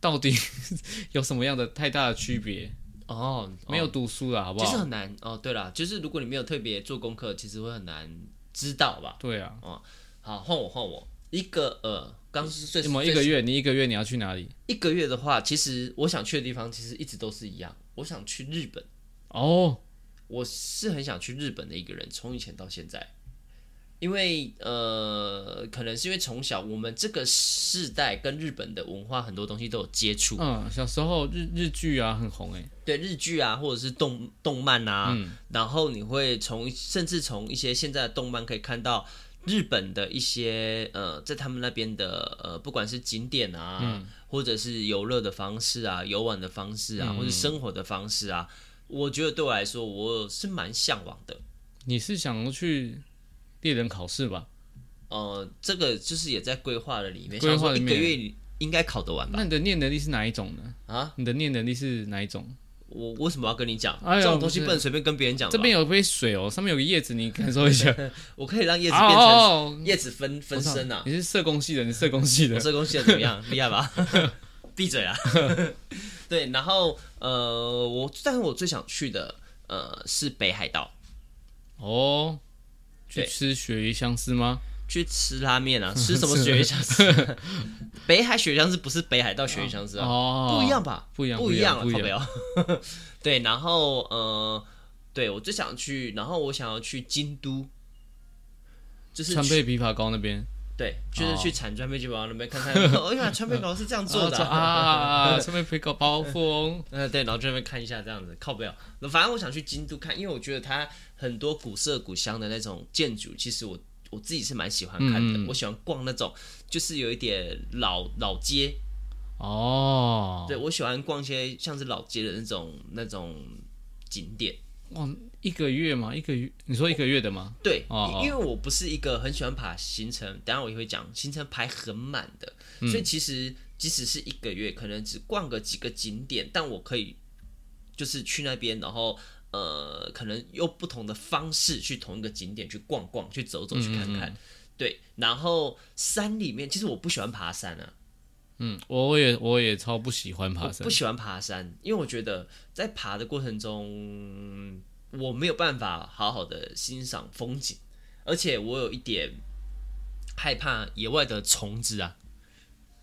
[SPEAKER 1] 到底 <laughs> 有什么样的太大的区别，
[SPEAKER 2] 哦，
[SPEAKER 1] 没有读书了，好不
[SPEAKER 2] 其
[SPEAKER 1] 好
[SPEAKER 2] 实？很难哦。对啦，就是如果你没有特别做功课，其实会很难知道吧。
[SPEAKER 1] 对啊，
[SPEAKER 2] 好，换我换我一个呃，刚是最
[SPEAKER 1] 那么
[SPEAKER 2] 最
[SPEAKER 1] 一个月，你一个月你要去哪里？
[SPEAKER 2] 一个月的话，其实我想去的地方其实一直都是一样。我想去日本，
[SPEAKER 1] 哦，
[SPEAKER 2] 我是很想去日本的一个人，从以前到现在。因为呃，可能是因为从小我们这个世代跟日本的文化很多东西都有接触，
[SPEAKER 1] 嗯，小时候日日剧啊很红哎，
[SPEAKER 2] 对日剧啊，或者是动动漫啊，
[SPEAKER 1] 嗯
[SPEAKER 2] 然后你会从甚至从一些现在的动漫可以看到日本的一些呃，在他们那边的呃，不管是景点啊，
[SPEAKER 1] 嗯
[SPEAKER 2] 或者是游乐的方式啊，游玩的方式
[SPEAKER 1] 嗯
[SPEAKER 2] 啊，或者生活的方式啊，我觉得对我来说，我是蛮向往的。
[SPEAKER 1] 你是想要去猎人考试吧？
[SPEAKER 2] 呃，这个就是也在规划的里面，
[SPEAKER 1] 规
[SPEAKER 2] 想
[SPEAKER 1] 划
[SPEAKER 2] 说
[SPEAKER 1] 里
[SPEAKER 2] 一
[SPEAKER 1] 面
[SPEAKER 2] 个月应该考得完吧？
[SPEAKER 1] 那你的念能力是哪一种呢？
[SPEAKER 2] 啊，
[SPEAKER 1] 你的念能力是哪一种？
[SPEAKER 2] 我为什么要跟你讲？
[SPEAKER 1] 哎呦
[SPEAKER 2] 这种东西
[SPEAKER 1] 不
[SPEAKER 2] 不
[SPEAKER 1] 是
[SPEAKER 2] 能随便跟别人讲的吧。
[SPEAKER 1] 这边有杯水哦，上面有个叶子，你感受一
[SPEAKER 2] <laughs>
[SPEAKER 1] 下。
[SPEAKER 2] 我可以让叶子变成
[SPEAKER 1] 哦，
[SPEAKER 2] 叶子分分身啊。
[SPEAKER 1] 你是社工系的，你是社工系
[SPEAKER 2] 我
[SPEAKER 1] 的，
[SPEAKER 2] 这公系的怎么样？厉害吧？ <laughs> 闭嘴啊！ <laughs> 对，然后呃，我但是我最想去的呃是北海道，
[SPEAKER 1] 哦，去
[SPEAKER 2] 对
[SPEAKER 1] 吃鳕鱼香丝吗？
[SPEAKER 2] 去吃拉面啊，吃什么
[SPEAKER 1] <laughs>
[SPEAKER 2] 鳕鱼香
[SPEAKER 1] 啊
[SPEAKER 2] 丝？ <laughs> 北海鳕鱼香丝不是北海道鳕鱼香丝啊，
[SPEAKER 1] 哦，
[SPEAKER 2] 不一样吧？
[SPEAKER 1] 不一样
[SPEAKER 2] 不一
[SPEAKER 1] 不
[SPEAKER 2] 样
[SPEAKER 1] 一
[SPEAKER 2] 了，
[SPEAKER 1] 样
[SPEAKER 2] 靠北哦。 <laughs> 对，然后呃，对我最想去，然后我想要去京都，就是
[SPEAKER 1] 川哦
[SPEAKER 2] 去
[SPEAKER 1] 贝枇杷膏那边
[SPEAKER 2] 对，就是去产川贝吉宝那边看看， <laughs> 哦，原来川贝狗是这样做的
[SPEAKER 1] 啊
[SPEAKER 2] 啊。 <laughs>
[SPEAKER 1] 啊，上面配个包风，
[SPEAKER 2] 呃，对，然后就在那边看一下这样子，靠不了。反正我想去京都看，因为我觉得它很多古色古香的那种建筑，其实我我自己是蛮喜欢看的。
[SPEAKER 1] 嗯
[SPEAKER 2] 我喜欢逛那种就是有一点老老街，
[SPEAKER 1] 哦，
[SPEAKER 2] 对我喜欢逛一些像是老街的那种那种景点。
[SPEAKER 1] 哇，一个月嘛，一个月，你说一个月的吗？
[SPEAKER 2] 对，
[SPEAKER 1] 哦哦
[SPEAKER 2] 因因为我不是一个很喜欢把行程，等一下我也会讲行程排很满的，
[SPEAKER 1] 嗯
[SPEAKER 2] 所以其实即使是一个月，可能只逛个几个景点，但我可以就是去那边，然后呃，可能用不同的方式去同一个景点去逛逛、去走走、去看
[SPEAKER 1] 嗯
[SPEAKER 2] 看。对，然后山里面，其实我不喜欢爬山啊，
[SPEAKER 1] 嗯，我也我也超不喜欢爬
[SPEAKER 2] 我
[SPEAKER 1] 山
[SPEAKER 2] 不，喜欢爬山，因为我觉得在爬的过程中，我没有办法好好的欣赏风景，而且我有一点害怕野外的虫子啊，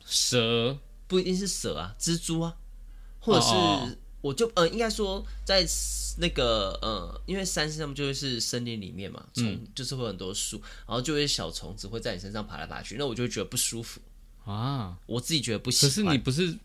[SPEAKER 1] 蛇
[SPEAKER 2] 不一定是蛇啊、蜘蛛啊，或者
[SPEAKER 1] 哦
[SPEAKER 2] 是我就呃，应该说在那个呃，因为山上就是森林里
[SPEAKER 1] 嗯
[SPEAKER 2] 面嘛，虫就是会有很多树，然后就会小虫子会在你身上爬来爬去，那我就会觉得不舒服，
[SPEAKER 1] 啊，
[SPEAKER 2] 我自己觉得不喜
[SPEAKER 1] 可
[SPEAKER 2] 欢。
[SPEAKER 1] 是你不是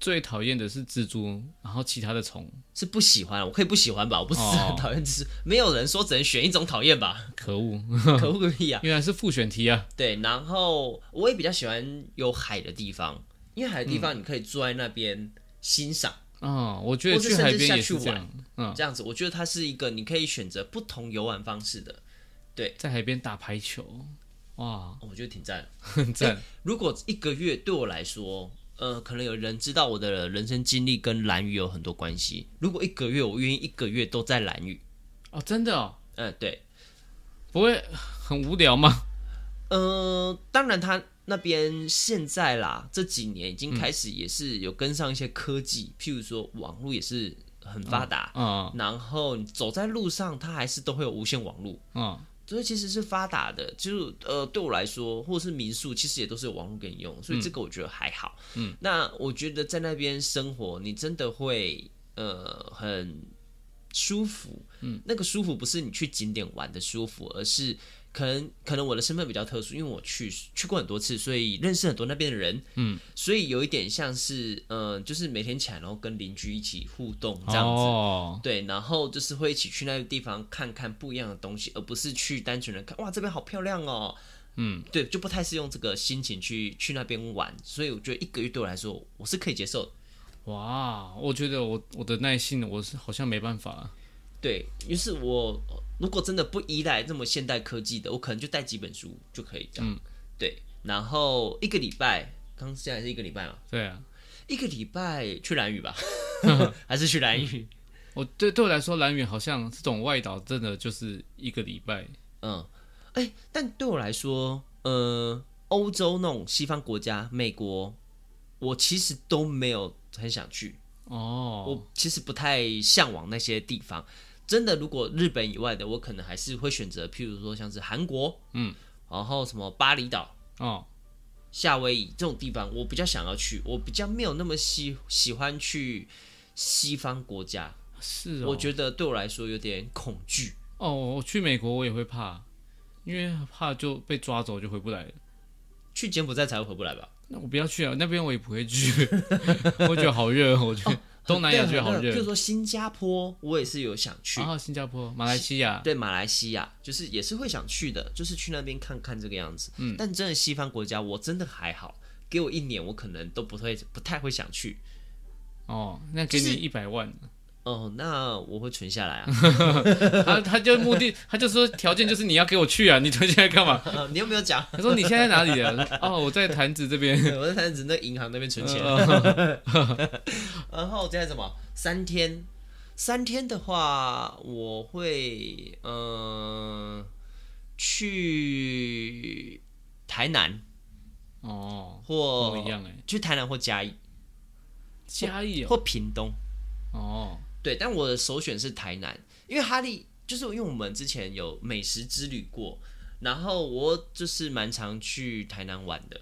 [SPEAKER 1] 最讨厌的是蜘蛛，然后其他的虫，
[SPEAKER 2] 是不喜欢，我可以不喜欢吧？我不是很
[SPEAKER 1] 哦
[SPEAKER 2] 讨厌，只是没有人说只能选一种讨厌吧？
[SPEAKER 1] <laughs> 可恶，
[SPEAKER 2] 可不可以啊？
[SPEAKER 1] 原来是复选题啊，
[SPEAKER 2] 对，然后我也比较喜欢有海的地方，因为海的地方你可以坐在那边欣赏，
[SPEAKER 1] 啊，我觉得
[SPEAKER 2] 或是
[SPEAKER 1] 去海
[SPEAKER 2] 甚至
[SPEAKER 1] 边
[SPEAKER 2] 下
[SPEAKER 1] 也
[SPEAKER 2] 去
[SPEAKER 1] 是这
[SPEAKER 2] 玩
[SPEAKER 1] 样，嗯，
[SPEAKER 2] 这样子我觉得它是一个你可以选择不同游玩方式的，
[SPEAKER 1] 在海边打排球，哇， <laughs>
[SPEAKER 2] 我觉得挺赞的。
[SPEAKER 1] 很赞，
[SPEAKER 2] 如果一个月对我来说，呃，可能有人知道我的人生经历跟蓝屿有很多关系。如果一个月我愿意一个月都在蓝屿，
[SPEAKER 1] 哦，真的哦，
[SPEAKER 2] 嗯、对，
[SPEAKER 1] 不会很无聊吗？ <laughs>
[SPEAKER 2] 呃，当然，他那边现在啦，这几年已经开始也是有跟上一些科技，譬如说网络也是很发达，
[SPEAKER 1] 啊
[SPEAKER 2] 然后你走在路上，它还是都会有无线网络，
[SPEAKER 1] 啊，
[SPEAKER 2] 所以其实是发达的。就是呃，对我来说，或者是民宿，其实也都是有网络给你用，所以这个我觉得还好。嗯，那我觉得在那边生活，你真的会呃很舒服。嗯，那个舒服不是你去景点玩的舒服，而是可能可能我的身份比较特殊，因为我去去过很多次，所以认识很多那边的人。嗯，所以有一点像是呃，就是每天起来然后跟邻居一起互动这样子。
[SPEAKER 1] 哦，
[SPEAKER 2] 对，然后就是会一起去那个地方看看不一样的东西，而不是去单纯的看哇这边好漂亮哦。嗯，对，就不太是用这个心情去去那边玩，所以我觉得一个月对我来说我是可以接受的。
[SPEAKER 1] 哇，我觉得我我的耐性我是好像没办法，
[SPEAKER 2] 对于是我如果真的不依赖这么现代科技的，我可能就带几本书就可以这样。对，然后一个礼拜，刚现在是一个礼拜嘛，
[SPEAKER 1] 对啊。
[SPEAKER 2] 一个礼拜去蓝屿吧， <laughs> 还是去蓝屿？
[SPEAKER 1] 我对对我来说，蓝屿好像这种外岛真的就是一个礼拜
[SPEAKER 2] 嗯，哎、但对我来说，呃，欧洲那种西方国家，美国，我其实都没有很想去，
[SPEAKER 1] 哦。
[SPEAKER 2] 我其实不太向往那些地方。真的，如果日本以外的，我可能还是会选择，譬如说像是韩国，嗯，然后什么巴厘岛、
[SPEAKER 1] 哦，
[SPEAKER 2] 夏威夷这种地方，我比较想要去，我比较没有那么喜喜欢去西方国家，
[SPEAKER 1] 是哦。
[SPEAKER 2] 我觉得对我来说有点恐惧。
[SPEAKER 1] 哦，我去美国我也会怕，因为怕就被抓走就回不来了。
[SPEAKER 2] 去柬埔寨才会回不来吧？
[SPEAKER 1] 那我不要去啊，那边我也不会去， <laughs> 我觉得好热，我觉得、东南亚觉
[SPEAKER 2] 哦对
[SPEAKER 1] 得
[SPEAKER 2] 啊
[SPEAKER 1] 好啊
[SPEAKER 2] 很热譬如
[SPEAKER 1] 热。
[SPEAKER 2] 说新加坡，我也是有想去。
[SPEAKER 1] 然后新加坡、马来西亚，
[SPEAKER 2] 对马来西亚，就是也是会想去的，就是去那边看看这个样子。嗯，但真的西方国家，我真的还好，给我一年，我可能都不会不太会想去。
[SPEAKER 1] 哦，那给你
[SPEAKER 2] 就是
[SPEAKER 1] 一百万，
[SPEAKER 2] 哦，那我会存下来啊。
[SPEAKER 1] <laughs> 他他就目
[SPEAKER 2] <laughs>
[SPEAKER 1] 的，他就说条件就是你要给我去啊，你存下来干嘛？
[SPEAKER 2] 啊你有没有讲？
[SPEAKER 1] 他说你现在在哪里啊？我说哦，我在潭子这边。
[SPEAKER 2] 我在台子那银行那边存钱。
[SPEAKER 1] 呃
[SPEAKER 2] <laughs> 然后再来什么？三天，三天的话，我会嗯、呃去台南
[SPEAKER 1] 哦，
[SPEAKER 2] 或
[SPEAKER 1] 不一样哎，
[SPEAKER 2] 去台南或嘉义
[SPEAKER 1] 嘉义哦，
[SPEAKER 2] 或屏东，
[SPEAKER 1] 哦，
[SPEAKER 2] 对，但我的首选是台南，因为哈利就是因为我们之前有美食之旅过，然后我就是蛮常去台南玩的，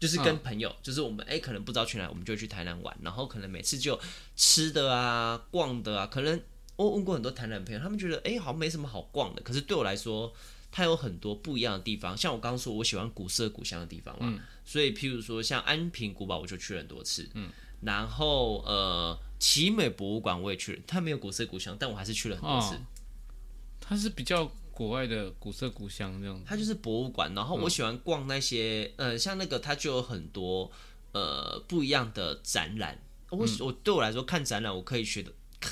[SPEAKER 2] 就是跟朋友，就是我们哎、可能不知道去哪，我们就会去台南玩，然后可能每次就吃的啊、逛的啊，可能我问过很多台南朋友，他们觉得哎、好像没什么好逛的，可是对我来说，它有很多不一样的地方。像我刚刚说，我喜欢古色古香的地方嘛，所以譬如说像安平古堡，我就去了很多次。嗯，然后呃，奇美博物馆我也去了，它没有古色古香，但我还是去了很多次。
[SPEAKER 1] 哦它是比较国外的古色古香这样子。
[SPEAKER 2] 它就是博物馆，然后我喜欢逛那些，呃，像那个它就有很多呃不一样的展览。我、我对我来说看展览，我可以学的，可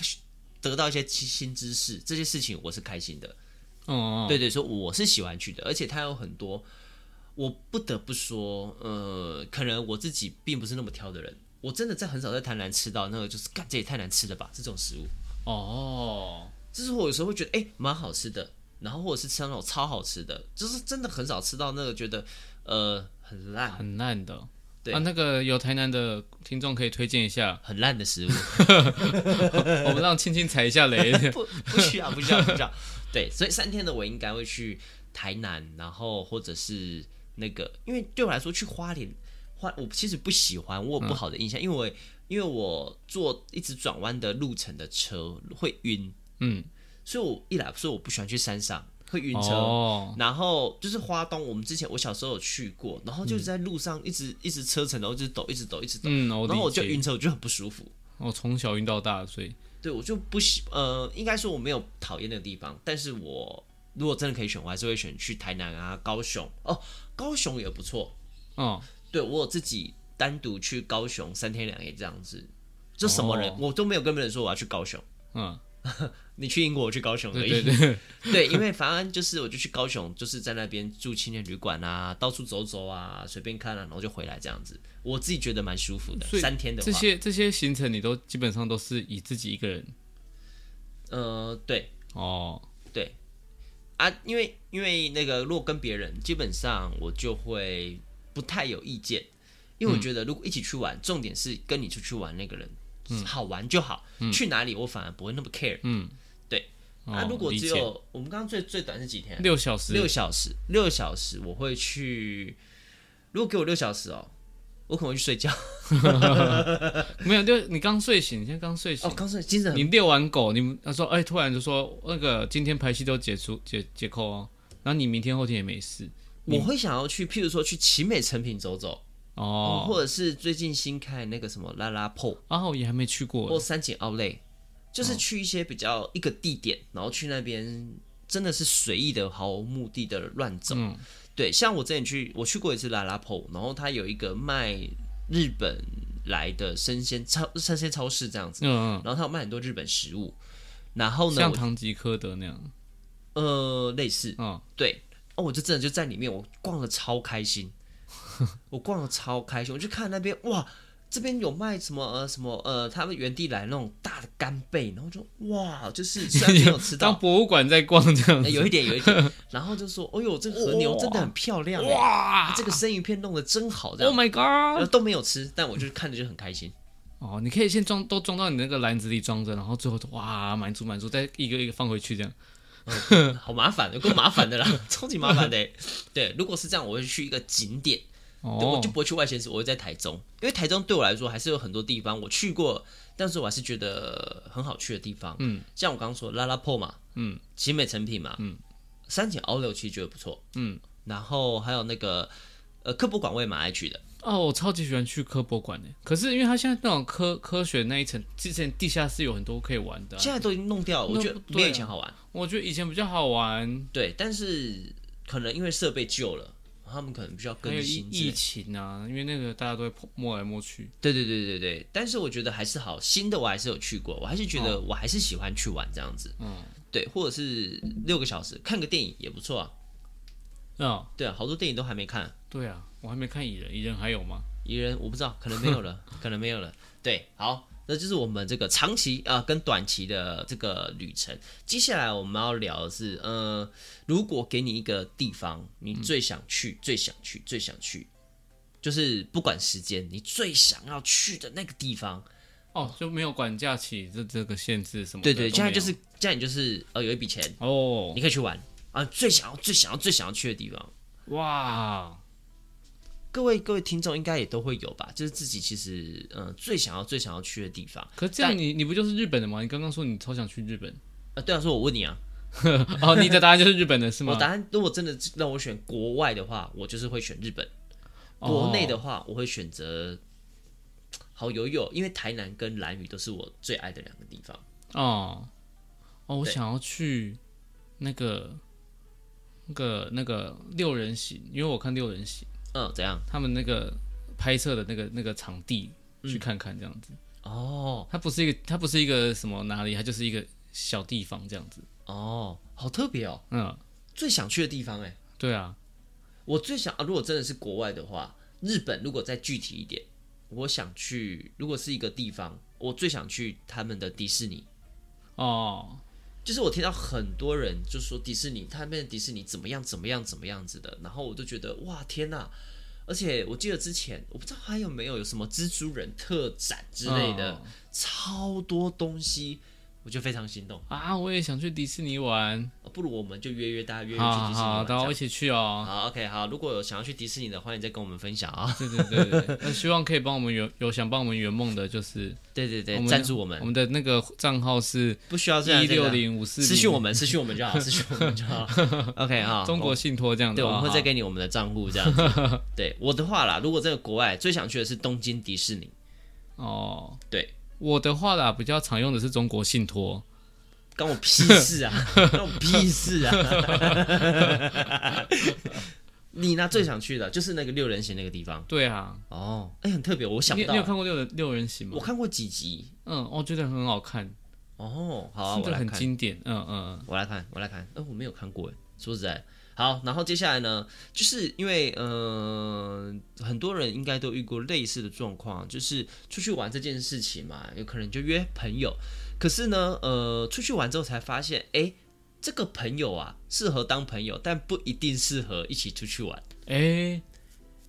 [SPEAKER 2] 得到一些新新知识，这些事情我是开心的。
[SPEAKER 1] 哦，
[SPEAKER 2] 对对，所以我是喜欢去的，而且它有很多，我不得不说，呃，可能我自己并不是那么挑的人，我真的在很少在台南吃到那个，就是干这也太难吃了吧这种食物。
[SPEAKER 1] 哦，
[SPEAKER 2] 就是我有时候会觉得，哎、蛮好吃的，然后或者是吃到那种超好吃的，就是真的很少吃到那个觉得，呃，很烂
[SPEAKER 1] 很烂的。
[SPEAKER 2] 对
[SPEAKER 1] 啊，那个有台南的听众可以推荐一
[SPEAKER 2] <laughs>
[SPEAKER 1] 下，
[SPEAKER 2] 很烂的食物，
[SPEAKER 1] 我们让青青踩一下
[SPEAKER 2] <laughs>
[SPEAKER 1] 雷。
[SPEAKER 2] 不不需要，不需要，不需要。对，所以三天的我应该会去台南，然后或者是那个，因为对我来说去花莲，花我其实不喜欢，我有不好的印象，因为我因为我坐一直转弯的路程的车会晕，
[SPEAKER 1] 嗯，
[SPEAKER 2] 所以我一来，所以我不喜欢去山上，会晕车。
[SPEAKER 1] 哦，
[SPEAKER 2] 然后就是花东，我们之前我小时候有去过，然后就是在路上一直、一直车程，然后就是抖，一直抖，一直抖，
[SPEAKER 1] 嗯，我
[SPEAKER 2] 然后我
[SPEAKER 1] 理
[SPEAKER 2] 就
[SPEAKER 1] 解。
[SPEAKER 2] 晕车，我就很不舒服。
[SPEAKER 1] 我从小晕到大，所以
[SPEAKER 2] 对，我就不喜，呃，应该说我没有讨厌那个地方，但是我如果真的可以选，我还是会选去台南啊、高雄哦，高雄也不错。
[SPEAKER 1] 哦，
[SPEAKER 2] 对我有自己单独去高雄三天两夜这样子，就什么人、
[SPEAKER 1] 哦
[SPEAKER 2] 我都没有跟别人说我要去高雄，
[SPEAKER 1] 嗯，
[SPEAKER 2] 你去英国，我去高雄而已。
[SPEAKER 1] 对对对，
[SPEAKER 2] 对，因为反正就是我就去高雄，就是在那边住青年旅馆啊，到处走走啊，随便看啊，然后就回来这样子。我自己觉得蛮舒服的
[SPEAKER 1] 所，以
[SPEAKER 2] 三天的
[SPEAKER 1] 这
[SPEAKER 2] 话，
[SPEAKER 1] 些这些行程你都基本上都是以自己一个人
[SPEAKER 2] 呃，对
[SPEAKER 1] 哦，
[SPEAKER 2] 对啊，因为因为那个如果跟别人，基本上我就会不太有意见，因
[SPEAKER 1] 嗯
[SPEAKER 2] 为我觉得如果一起去玩，重点是跟你出去玩那个人、好玩就好，去哪里我反而不会那么 care。
[SPEAKER 1] 嗯，
[SPEAKER 2] 对
[SPEAKER 1] 哦
[SPEAKER 2] 啊，如果
[SPEAKER 1] 理
[SPEAKER 2] 只
[SPEAKER 1] 解
[SPEAKER 2] 有我们刚刚最最短是几天啊？
[SPEAKER 1] 六小时，
[SPEAKER 2] 六小时，六小时我会去。如果给我六小时哦，我可能会去睡觉。
[SPEAKER 1] 没有，就你刚睡醒，你现在刚睡醒
[SPEAKER 2] 哦，，刚睡，精神很
[SPEAKER 1] 你遛完狗，你他说哎，突然就说那个今天排期都解除解解扣哦，然后你明天后天也没事
[SPEAKER 2] 我会想要去，譬如说去奇美成品走走，
[SPEAKER 1] 哦，
[SPEAKER 2] 或者是最近新开那个什么拉拉铺
[SPEAKER 1] 啊，我也还没去过
[SPEAKER 2] 或三井奥莱，就是去一些比较一个地点，然后去那边真的是随意的毫无目的的乱走。
[SPEAKER 1] 嗯
[SPEAKER 2] 对，像我之前去，我去过一次拉拉铺，然后它有一个卖日本来的生鲜超生鲜超市这样子，
[SPEAKER 1] 嗯，
[SPEAKER 2] 然后它有卖很多日本食物。然后
[SPEAKER 1] 嗯
[SPEAKER 2] 呢，
[SPEAKER 1] 像
[SPEAKER 2] 我
[SPEAKER 1] 唐吉诃德那样，
[SPEAKER 2] 呃，类似，
[SPEAKER 1] 嗯，
[SPEAKER 2] 对。哦，我就真的就在里面，我逛的超开心， <laughs> 我逛的超开心。我就看那边，哇，这边有卖什么呃什么呃，他们原地来那种大的干贝，然后就哇，就是虽然没有
[SPEAKER 1] <laughs>
[SPEAKER 2] 吃
[SPEAKER 1] 当
[SPEAKER 2] 到，
[SPEAKER 1] 博物馆在逛这样子，
[SPEAKER 2] 呃有一点有一点，然后就说，哦呦，这个和牛真的很漂亮哎、
[SPEAKER 1] 哇
[SPEAKER 2] 啊这个生鱼片弄得真好，这
[SPEAKER 1] ，Oh
[SPEAKER 2] 样、
[SPEAKER 1] my
[SPEAKER 2] 呃
[SPEAKER 1] god！
[SPEAKER 2] 都没有吃，但我就看着就很开心。
[SPEAKER 1] 哦，你可以先装都装到你那个篮子里装着，然后最后哇满足满足，再一个一个放回去这样。
[SPEAKER 2] 好麻烦，有够麻烦的啦， <laughs> 超级麻烦的欸。对，如果是这样，我会去一个景点，对我
[SPEAKER 1] 哦
[SPEAKER 2] 就，不会去外县市，我会在台中，因为台中对我来说还是有很多地方我去过，但是我还是觉得很好去的地方。嗯，像我刚刚说拉拉破嘛，
[SPEAKER 1] 嗯，
[SPEAKER 2] 奇美成品嘛，嗯，三井奥六其实觉得不错，
[SPEAKER 1] 嗯，
[SPEAKER 2] 然后还有那个呃科博馆我也蛮爱去的，
[SPEAKER 1] 哦，我超级喜欢去科博馆的，可是因为它现在那种科科学那一层，之前地下室有很多可以玩的啊、
[SPEAKER 2] 现在都已经弄掉了，我
[SPEAKER 1] 那
[SPEAKER 2] 觉得
[SPEAKER 1] 不对
[SPEAKER 2] 没有
[SPEAKER 1] 啊
[SPEAKER 2] 以前好玩。
[SPEAKER 1] 我觉得以前比较好玩，
[SPEAKER 2] 对，但是可能因为设备旧了，他们可能需要
[SPEAKER 1] 还有疫
[SPEAKER 2] 更新之类的
[SPEAKER 1] 疫情啊，因为那个大家都会碰摸来摸去。
[SPEAKER 2] 对对对对对，但是我觉得还是好，新的我还是有去过，我还是觉得我还是喜欢去玩这样子，
[SPEAKER 1] 嗯，
[SPEAKER 2] 对，或者是六个小时看个电影也不错啊，
[SPEAKER 1] 哦，
[SPEAKER 2] 对啊，好多电影都还没看，
[SPEAKER 1] 对啊，我还没看蚁人，蚁人还有吗？
[SPEAKER 2] 蚁人我不知道，可能没有了，可能没有了，对，好，那就是我们这个长期啊、跟短期的这个旅程，接下来我们要聊的是，呃，如果给你一个地方，你最想去、最想去、最想去，就是不管时间，你最想要去的那个地方。
[SPEAKER 1] 哦，就没有管假期这这个限制什么的
[SPEAKER 2] 对
[SPEAKER 1] 都没有。
[SPEAKER 2] 对，现在就是现在你就是呃有一笔钱，
[SPEAKER 1] 哦
[SPEAKER 2] 你，可以去玩啊，最想要最想要最想要去的地方。
[SPEAKER 1] 哇，
[SPEAKER 2] 各位各位听众应该也都会有吧，就是自己其实嗯、呃最想要最想要去的地方。
[SPEAKER 1] 可这样你你不就是日本的吗？你刚刚说你超想去日本， <laughs>
[SPEAKER 2] 呃啊，对啊，说我问你啊，
[SPEAKER 1] 哦，你的答案就是日本的是
[SPEAKER 2] 我
[SPEAKER 1] 吗？
[SPEAKER 2] 答案如果真的让我选国外的话，我就是会选日本；
[SPEAKER 1] 哦
[SPEAKER 2] 国内的话，我会选择好游泳，因为台南跟兰屿都是我最爱的两个地方。
[SPEAKER 1] 哦，哦，我
[SPEAKER 2] 对
[SPEAKER 1] 想要去那个那个那个六人行，因为我看六人行
[SPEAKER 2] 嗯，怎样？
[SPEAKER 1] 他们那个拍摄的那个那个场地去看看这样子。
[SPEAKER 2] 哦
[SPEAKER 1] 它不是一个它不是一个什么哪里，它就是一个小地方这样子。
[SPEAKER 2] 哦，好特别哦，
[SPEAKER 1] 嗯，
[SPEAKER 2] 最想去的地方哎、
[SPEAKER 1] 对啊，
[SPEAKER 2] 我最想啊，如果真的是国外的话，日本如果再具体一点，我想去，如果是一个地方，我最想去他们的迪士尼。
[SPEAKER 1] 哦，
[SPEAKER 2] 就是我听到很多人就说迪士尼，他们的迪士尼怎么样怎么样怎么样子的，然后我就觉得哇天呐！而且我记得之前我不知道还有没有有什么蜘蛛人特展之类的，
[SPEAKER 1] 哦
[SPEAKER 2] 超多东西，我就非常心动。
[SPEAKER 1] 啊，我也想去迪士尼玩，
[SPEAKER 2] 不如我们就约约大家约约去迪士
[SPEAKER 1] 好
[SPEAKER 2] 尼
[SPEAKER 1] 好
[SPEAKER 2] 玩
[SPEAKER 1] 啊好，
[SPEAKER 2] 这
[SPEAKER 1] 大
[SPEAKER 2] 样
[SPEAKER 1] 家一起去
[SPEAKER 2] <laughs>
[SPEAKER 1] 哦。
[SPEAKER 2] 好，OK，好，如果有想要去迪士尼的，欢迎再跟我们分享啊。
[SPEAKER 1] 对对对对对，那希望可以帮我们圆有想帮我们圆梦的，就是
[SPEAKER 2] 对对
[SPEAKER 1] 我
[SPEAKER 2] 对，
[SPEAKER 1] 们
[SPEAKER 2] 赞助我
[SPEAKER 1] 我
[SPEAKER 2] 们，
[SPEAKER 1] 们的那个账号是
[SPEAKER 2] 不需要这样
[SPEAKER 1] 一六，零五四
[SPEAKER 2] 私讯我们，私 <laughs> 讯我们
[SPEAKER 1] <laughs>
[SPEAKER 2] 就好，私讯我们就好。OK 哈，
[SPEAKER 1] 中国信托这样子
[SPEAKER 2] 对，
[SPEAKER 1] 哦，
[SPEAKER 2] 我们会
[SPEAKER 1] 好
[SPEAKER 2] 再给你我们的账户
[SPEAKER 1] <laughs>
[SPEAKER 2] 这样子。对我的话啦，如果真的国外最想去的是东京迪士尼，
[SPEAKER 1] 哦，
[SPEAKER 2] 对，
[SPEAKER 1] 我的话啦，比较常用的是中国信
[SPEAKER 2] 啊
[SPEAKER 1] 托，
[SPEAKER 2] 关我屁
[SPEAKER 1] <laughs>
[SPEAKER 2] 事啊，关我屁事啊。
[SPEAKER 1] <laughs>
[SPEAKER 2] 你呢？最想去的就是那个六人行那个地方
[SPEAKER 1] 对啊，
[SPEAKER 2] 哦，哎、很特别，我想
[SPEAKER 1] 你
[SPEAKER 2] 不
[SPEAKER 1] 你有
[SPEAKER 2] 到，
[SPEAKER 1] 看过六人六人行吗
[SPEAKER 2] 我？看过几集
[SPEAKER 1] 嗯，我觉得很好看，
[SPEAKER 2] 哦，好啊、
[SPEAKER 1] 真
[SPEAKER 2] 我
[SPEAKER 1] 的
[SPEAKER 2] 来
[SPEAKER 1] 很
[SPEAKER 2] 看，
[SPEAKER 1] 经典，嗯嗯，
[SPEAKER 2] 我来看，我来看，哎、我没有看过，哎说实在。好，然后接下来呢，就是因为呃，很多人应该都遇过类似的状况，就是出去玩这件事情嘛，有可能就约朋友，可是呢，呃，出去玩之后才发现，哎，这个朋友啊，适合当朋友，但不一定适合一起出去玩，
[SPEAKER 1] 哎，
[SPEAKER 2] 因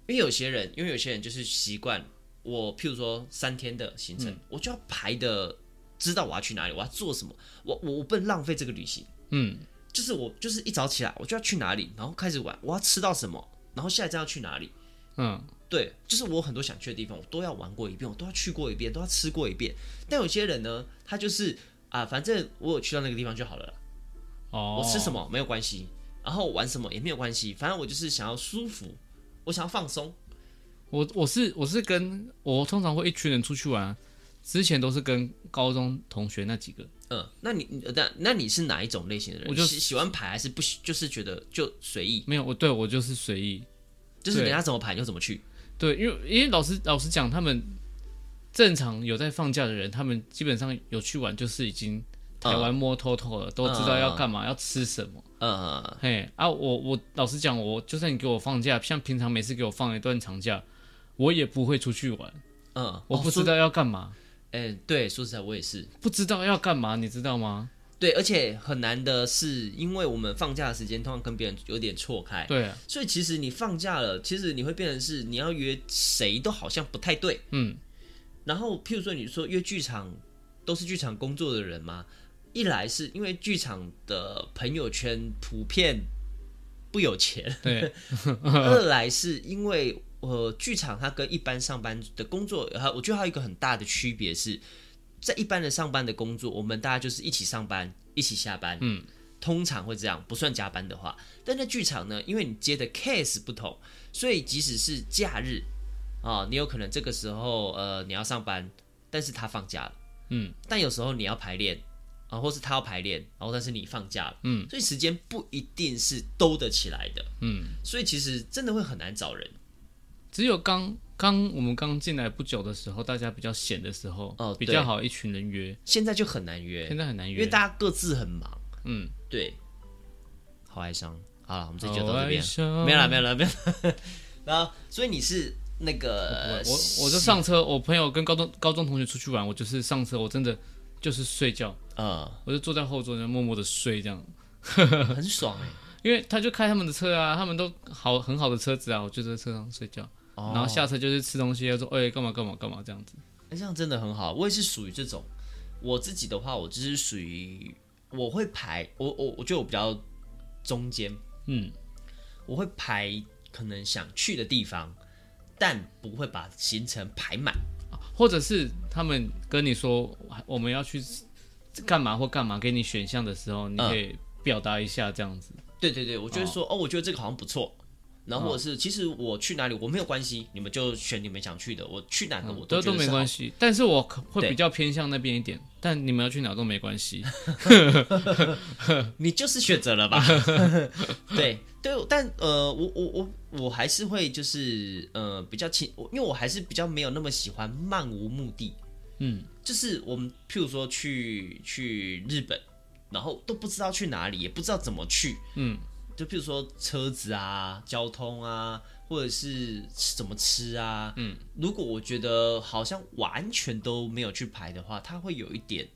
[SPEAKER 2] 为有些人，因为有些人就是习惯我，譬如说三天的行程，我就要排的，知道我要去哪里，我要做什么，我我我不能浪费这个旅行。
[SPEAKER 1] 嗯，
[SPEAKER 2] 就是我就是一早起来我就要去哪里，然后开始玩，我要吃到什么，然后下一站要去哪里。
[SPEAKER 1] 嗯，
[SPEAKER 2] 对，就是我有很多想去的地方，我都要玩过一遍，我都要去过一遍，都要吃过一遍。但有些人呢，他就是啊，反正我有去到那个地方就好了啦，
[SPEAKER 1] 哦，
[SPEAKER 2] 我吃什么没有关系，然后我玩什么也没有关系，反正我就是想要舒服，我想要放松。
[SPEAKER 1] 我我是我是跟我通常会一群人出去玩，啊之前都是跟高中同学那几个，
[SPEAKER 2] 嗯，那你你那那你是哪一种类型的人？
[SPEAKER 1] 我就
[SPEAKER 2] 喜喜欢排还是不喜？就是觉得就随意，
[SPEAKER 1] 没有我对我就是随意，
[SPEAKER 2] 就是
[SPEAKER 1] 对
[SPEAKER 2] 人家怎么排你就怎么去。
[SPEAKER 1] 对，因为因为老师老实讲，他们正常有在放假的人，他们基本上有去玩，就是已经台
[SPEAKER 2] 嗯
[SPEAKER 1] 湾摸透透了，都知道要干嘛，要吃什么。
[SPEAKER 2] 呃，
[SPEAKER 1] 嘿啊，我我老实讲，我就算你给我放假，像平常每次给我放一段长假，我也不会出去玩，
[SPEAKER 2] 嗯，
[SPEAKER 1] 我不
[SPEAKER 2] 哦
[SPEAKER 1] 知。道要干嘛，
[SPEAKER 2] 说哎、对，说实在我也是。
[SPEAKER 1] 不知道要干嘛，你知道吗？
[SPEAKER 2] 对，而且很难的是，因为我们放假的时间通常跟别人有点错开，
[SPEAKER 1] 对啊，
[SPEAKER 2] 所以其实你放假了，其实你会变成是你要约谁都好像不太对。
[SPEAKER 1] 嗯，
[SPEAKER 2] 然后譬如说你说约剧场，都是剧场工作的人嘛，一来是因为剧场的朋友圈普遍不有钱，
[SPEAKER 1] 对，
[SPEAKER 2] <laughs> 二来是因为呃，剧场它跟一般上班的工作，还我觉得还有一个很大的区别是，在一般的上班的工作，我们大家就是一起上班，一起下班，嗯，通常会这样，不算加班的话。但在剧场呢，因为你接的 case 不同，所以即使是假日啊、你有可能这个时候呃你要上班，但是他放假了，
[SPEAKER 1] 嗯，
[SPEAKER 2] 但有时候你要排练。啊，或是他要排练，然后但是你放假了，嗯，所以时间不一定是兜得起来的，
[SPEAKER 1] 嗯，
[SPEAKER 2] 所以其实真的会很难找人
[SPEAKER 1] 只有刚刚我们刚进来不久的时候，大家比较闲的时候，
[SPEAKER 2] 哦
[SPEAKER 1] 比
[SPEAKER 2] 对
[SPEAKER 1] 较好一群人约，
[SPEAKER 2] 现在就很难约
[SPEAKER 1] 现，在很难
[SPEAKER 2] 因
[SPEAKER 1] 约
[SPEAKER 2] 为。大家各自很忙。
[SPEAKER 1] 嗯，
[SPEAKER 2] 对，好哀伤。好了，我们这集就到
[SPEAKER 1] 好
[SPEAKER 2] 这边
[SPEAKER 1] 哀，伤
[SPEAKER 2] 没有了，没有了，没有了。 <laughs> 然后，所以你是那个
[SPEAKER 1] 我我就上车，我朋友跟高中高中同学出去玩，我就是上车，我真的就是睡觉，
[SPEAKER 2] 呃，
[SPEAKER 1] 我就坐在后座，就默默的睡这样。
[SPEAKER 2] 很爽哎。
[SPEAKER 1] 因为他就开他们的车啊，他们都好很好的车子啊，我就在车上睡觉，
[SPEAKER 2] 哦
[SPEAKER 1] 然后下车就是吃东西，要说哎干嘛干嘛干嘛这样子。
[SPEAKER 2] 那这样真的很好。我也是属于这种，我自己的话，我就是属于我会排，我我我觉得我比较中间，
[SPEAKER 1] 嗯，
[SPEAKER 2] 我会排可能想去的地方，但不会把行程排满。
[SPEAKER 1] 或者是他们
[SPEAKER 2] 嗯
[SPEAKER 1] 跟你说我们要去干嘛或干嘛，给你选项的时候，你可以表达一下这样子。
[SPEAKER 2] 对对对，我就会说哦我觉得这个好像不错。然
[SPEAKER 1] 哦
[SPEAKER 2] 后或者是，其实我去哪里我没有关系，你们就选你们想去的。我去哪个我
[SPEAKER 1] 都嗯
[SPEAKER 2] 觉
[SPEAKER 1] 都
[SPEAKER 2] 得
[SPEAKER 1] 没
[SPEAKER 2] 是好
[SPEAKER 1] 关系，但是我可会
[SPEAKER 2] 对
[SPEAKER 1] 比较偏向那边一点，但你们要去哪都没关
[SPEAKER 2] <laughs>
[SPEAKER 1] 系。 <laughs>
[SPEAKER 2] 你就是选择了吧？ <laughs> 对对，但呃，我我我我还是会就是呃比较轻，我因为我还是比较没有那么喜欢漫无目的。
[SPEAKER 1] 嗯，
[SPEAKER 2] 就是我们譬如说去去日本，然后都不知道去哪里，也不知道怎么去。
[SPEAKER 1] 嗯，
[SPEAKER 2] 就譬如说车子啊、交通啊，或者是吃怎么吃啊。嗯，如果我觉得好像完全都没有去排的话，它会有一点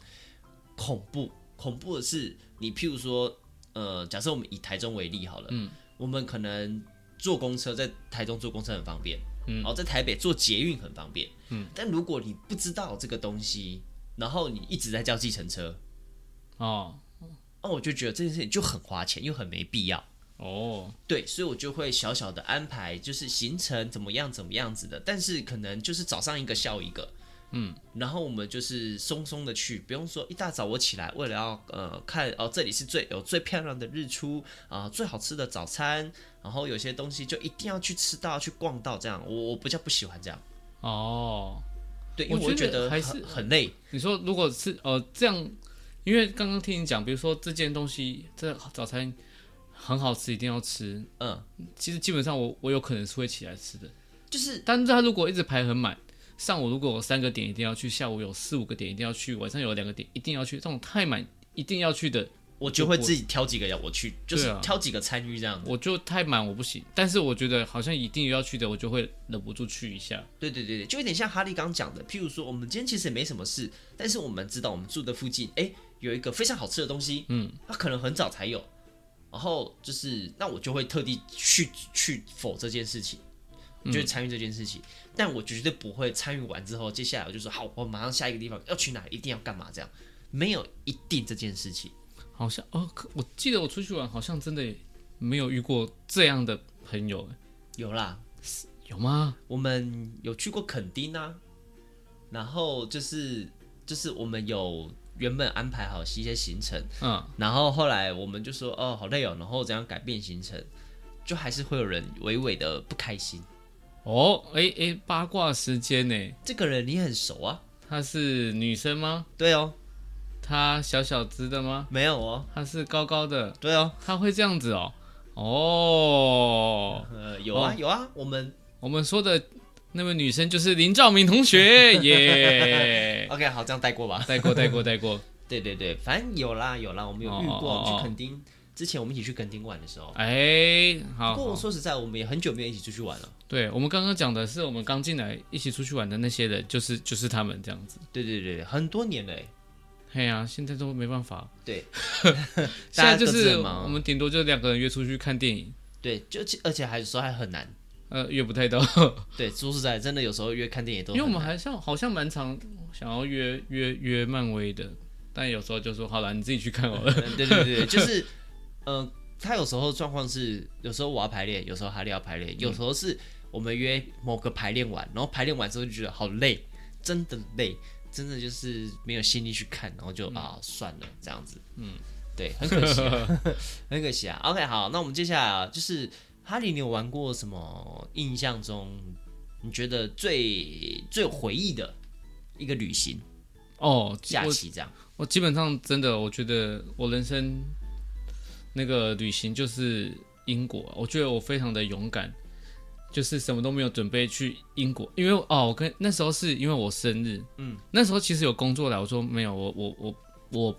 [SPEAKER 2] 恐怖。恐怖的是，你譬如说，呃，假设我们以台中为例好了，嗯，我们可能坐公车在台中坐公车很方便，嗯，然后在台北坐捷运很方便，嗯，但如果你不知道这个东西，然后你一直在叫计程车，
[SPEAKER 1] 哦
[SPEAKER 2] 那我就觉得这件事情就很花钱，又很没必要。
[SPEAKER 1] 哦，
[SPEAKER 2] 对，所以我就会小小的安排，就是行程怎么样怎么样子的，但是可能就是早上一个，下午一个，嗯，然后我们就是松松的去，不用说一大早我起来，为了要呃看哦这里是最有最漂亮的日出啊、最好吃的早餐，然后有些东西就一定要去吃到去逛到这样，我我比较不喜欢这样，
[SPEAKER 1] 哦，
[SPEAKER 2] 对，因为
[SPEAKER 1] 我
[SPEAKER 2] 我
[SPEAKER 1] 觉
[SPEAKER 2] 觉
[SPEAKER 1] 得
[SPEAKER 2] 得
[SPEAKER 1] 还
[SPEAKER 2] 很
[SPEAKER 1] 是
[SPEAKER 2] 很累，
[SPEAKER 1] 你说如果是呃这样，因为刚刚听你讲，比如说这件东西，这早餐很好吃，一定要吃。
[SPEAKER 2] 嗯，
[SPEAKER 1] 其实基本上我我有可能是会起来吃的，
[SPEAKER 2] 就是
[SPEAKER 1] 但是他如果一直排很满，上午如果有三个点一定要去，下午有四五个点一定要去，晚上有两个点一定要去，这种太满一定要去的，
[SPEAKER 2] 我就会自己挑几个要我去，就是
[SPEAKER 1] 对啊
[SPEAKER 2] 挑几个参与这样。
[SPEAKER 1] 我就太满我不行。但是我觉得好像一定要去的，我就会忍不住去一下。
[SPEAKER 2] 对对对对，就有点像哈利刚讲的，譬如说我们今天其实也没什么事，但是我们知道我们住的附近，哎，有一个非常好吃的东西，嗯，它、可能很早才有，然后就是那我就会特地去去否这件事情，就是参与这件事情，但我绝对不会参与完之后，接下来我就说好，我马上下一个地方要去哪，一定要干嘛这样，没有一定这件事情，
[SPEAKER 1] 好像哦，可我记得我出去玩好像真的也没有遇过这样的朋友，
[SPEAKER 2] 有啦，
[SPEAKER 1] 有吗？
[SPEAKER 2] 我们有去过垦丁啊，然后就是就是我们有原本安排好一些行程。
[SPEAKER 1] 嗯，
[SPEAKER 2] 然后后来我们就说哦好累哦，然后怎样改变行程，就还是会有人微微的不开心。
[SPEAKER 1] 哦，诶诶，八卦时间呢？
[SPEAKER 2] 这个人你很熟啊？
[SPEAKER 1] 她是女生吗？
[SPEAKER 2] 对哦，
[SPEAKER 1] 她小小只的吗？
[SPEAKER 2] 没有哦，
[SPEAKER 1] 她是高高的？
[SPEAKER 2] 对哦，
[SPEAKER 1] 她会这样子哦？哦，
[SPEAKER 2] 呃有啊、有啊，我们
[SPEAKER 1] 我们说的那位女生就是林兆明同
[SPEAKER 2] <laughs>
[SPEAKER 1] 学耶。
[SPEAKER 2] OK 好这样带过吧。
[SPEAKER 1] 带过，带过，带过。
[SPEAKER 2] 对对对，反正有啦有啦，我们有遇过，
[SPEAKER 1] 哦哦哦
[SPEAKER 2] 我们去垦丁之前我们一起去垦丁玩的时候。
[SPEAKER 1] 哎，
[SPEAKER 2] 不
[SPEAKER 1] 好
[SPEAKER 2] 过我
[SPEAKER 1] 好。
[SPEAKER 2] 说实在，我们也很久没有一起出去玩了。
[SPEAKER 1] 对，我们刚刚讲的是我们刚进来一起出去玩的那些人，就是就是他们这样子。
[SPEAKER 2] 对对对，对很多年了欸。
[SPEAKER 1] 嘿呀、现在都没办法。
[SPEAKER 2] 对，
[SPEAKER 1] <laughs>
[SPEAKER 2] <laughs>
[SPEAKER 1] 现在就
[SPEAKER 2] 大家各自
[SPEAKER 1] 是
[SPEAKER 2] 很忙
[SPEAKER 1] 我们顶多就两个人约出去看电影，
[SPEAKER 2] 对，就而且还有时候还很难。
[SPEAKER 1] 呃，约不太到。
[SPEAKER 2] 对，说实在，真的有时候约看电影都
[SPEAKER 1] 因为我
[SPEAKER 2] 很
[SPEAKER 1] 们还像好像蛮常想要约约约漫威的，但有时候就说好了，你自己去看好了。
[SPEAKER 2] 嗯对对对，对就是，嗯、他有时候状况是，有时候我要排练，有时候哈利要排练，有时候是我们约某个排练完，然后排练完之后就觉得好累，真的累，真的就是没有心力去看，然后
[SPEAKER 1] 嗯
[SPEAKER 2] 就、啊算了这样子，嗯，对，很可惜、啊，很可惜啊。OK，好，那我们接下来啊就是哈利，你有玩过什么印象中你觉得最最有回忆的一个旅行
[SPEAKER 1] <laughs> 哦，
[SPEAKER 2] 假
[SPEAKER 1] 我
[SPEAKER 2] 期这样？
[SPEAKER 1] 我基本上真的，我觉得我人生那个旅行就是英国，我觉得我非常的勇敢，就是什么都没有准备去英国，因为哦，我跟那时候是因为我生日，嗯，那时候其实有工作来，我说没有，我我我我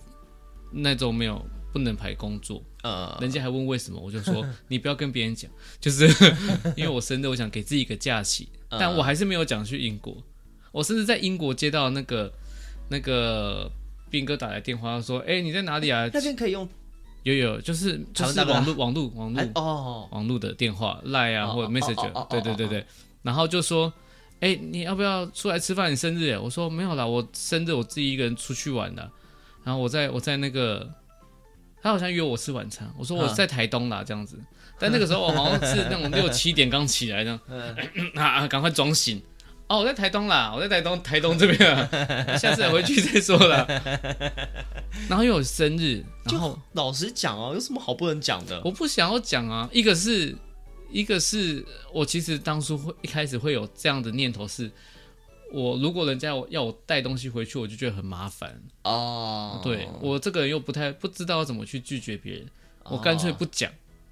[SPEAKER 1] 那周没有不能排工作，
[SPEAKER 2] 呃，
[SPEAKER 1] 人家还问为什么，我就
[SPEAKER 2] <laughs>
[SPEAKER 1] 说你不要跟别人讲，就是 <laughs> 因为我生日，我想给自己一个假期，
[SPEAKER 2] 嗯
[SPEAKER 1] 但我还是没有讲去英国。我甚至在英国接到那个那个斌哥打来电话说：“哎、你在哪里啊
[SPEAKER 2] 那边可以用，？”
[SPEAKER 1] 有有，就是就
[SPEAKER 2] 台湾
[SPEAKER 1] 是
[SPEAKER 2] 大哥啊
[SPEAKER 1] 网络网络网络
[SPEAKER 2] 哎哦，
[SPEAKER 1] 网络的电话赖啊
[SPEAKER 2] 哦
[SPEAKER 1] 或者
[SPEAKER 2] 哦
[SPEAKER 1] Messenger，、
[SPEAKER 2] 哦哦哦
[SPEAKER 1] 对对对对，然后就说：“哎、你要不要出来吃饭？你生日耶？”我说：“没有啦，我生日我自己一个人出去玩的。”然后我在我在那个，他好像约我吃晚餐，我说我在台东
[SPEAKER 2] 嗯
[SPEAKER 1] 啦，这样子。
[SPEAKER 2] <laughs> 嗯
[SPEAKER 1] <laughs> 但那个时候我好像是那种六七点刚起来这样，啊啊，赶快装醒。哦，我在台东啦，我在台东台东这边啊， <laughs> 下次回去再说
[SPEAKER 2] <laughs>
[SPEAKER 1] 啦。然后又有生日，然后
[SPEAKER 2] 就老实讲哦，有什么好不能讲的？
[SPEAKER 1] 我不想要讲啊，一个是，一个是我其实当初会一开始会有这样的念头是，我如果人家要要我带东西回去，我就觉得很麻烦。
[SPEAKER 2] 哦，
[SPEAKER 1] 对我这个人又不太不知道要怎么去拒绝别人，我干脆不讲，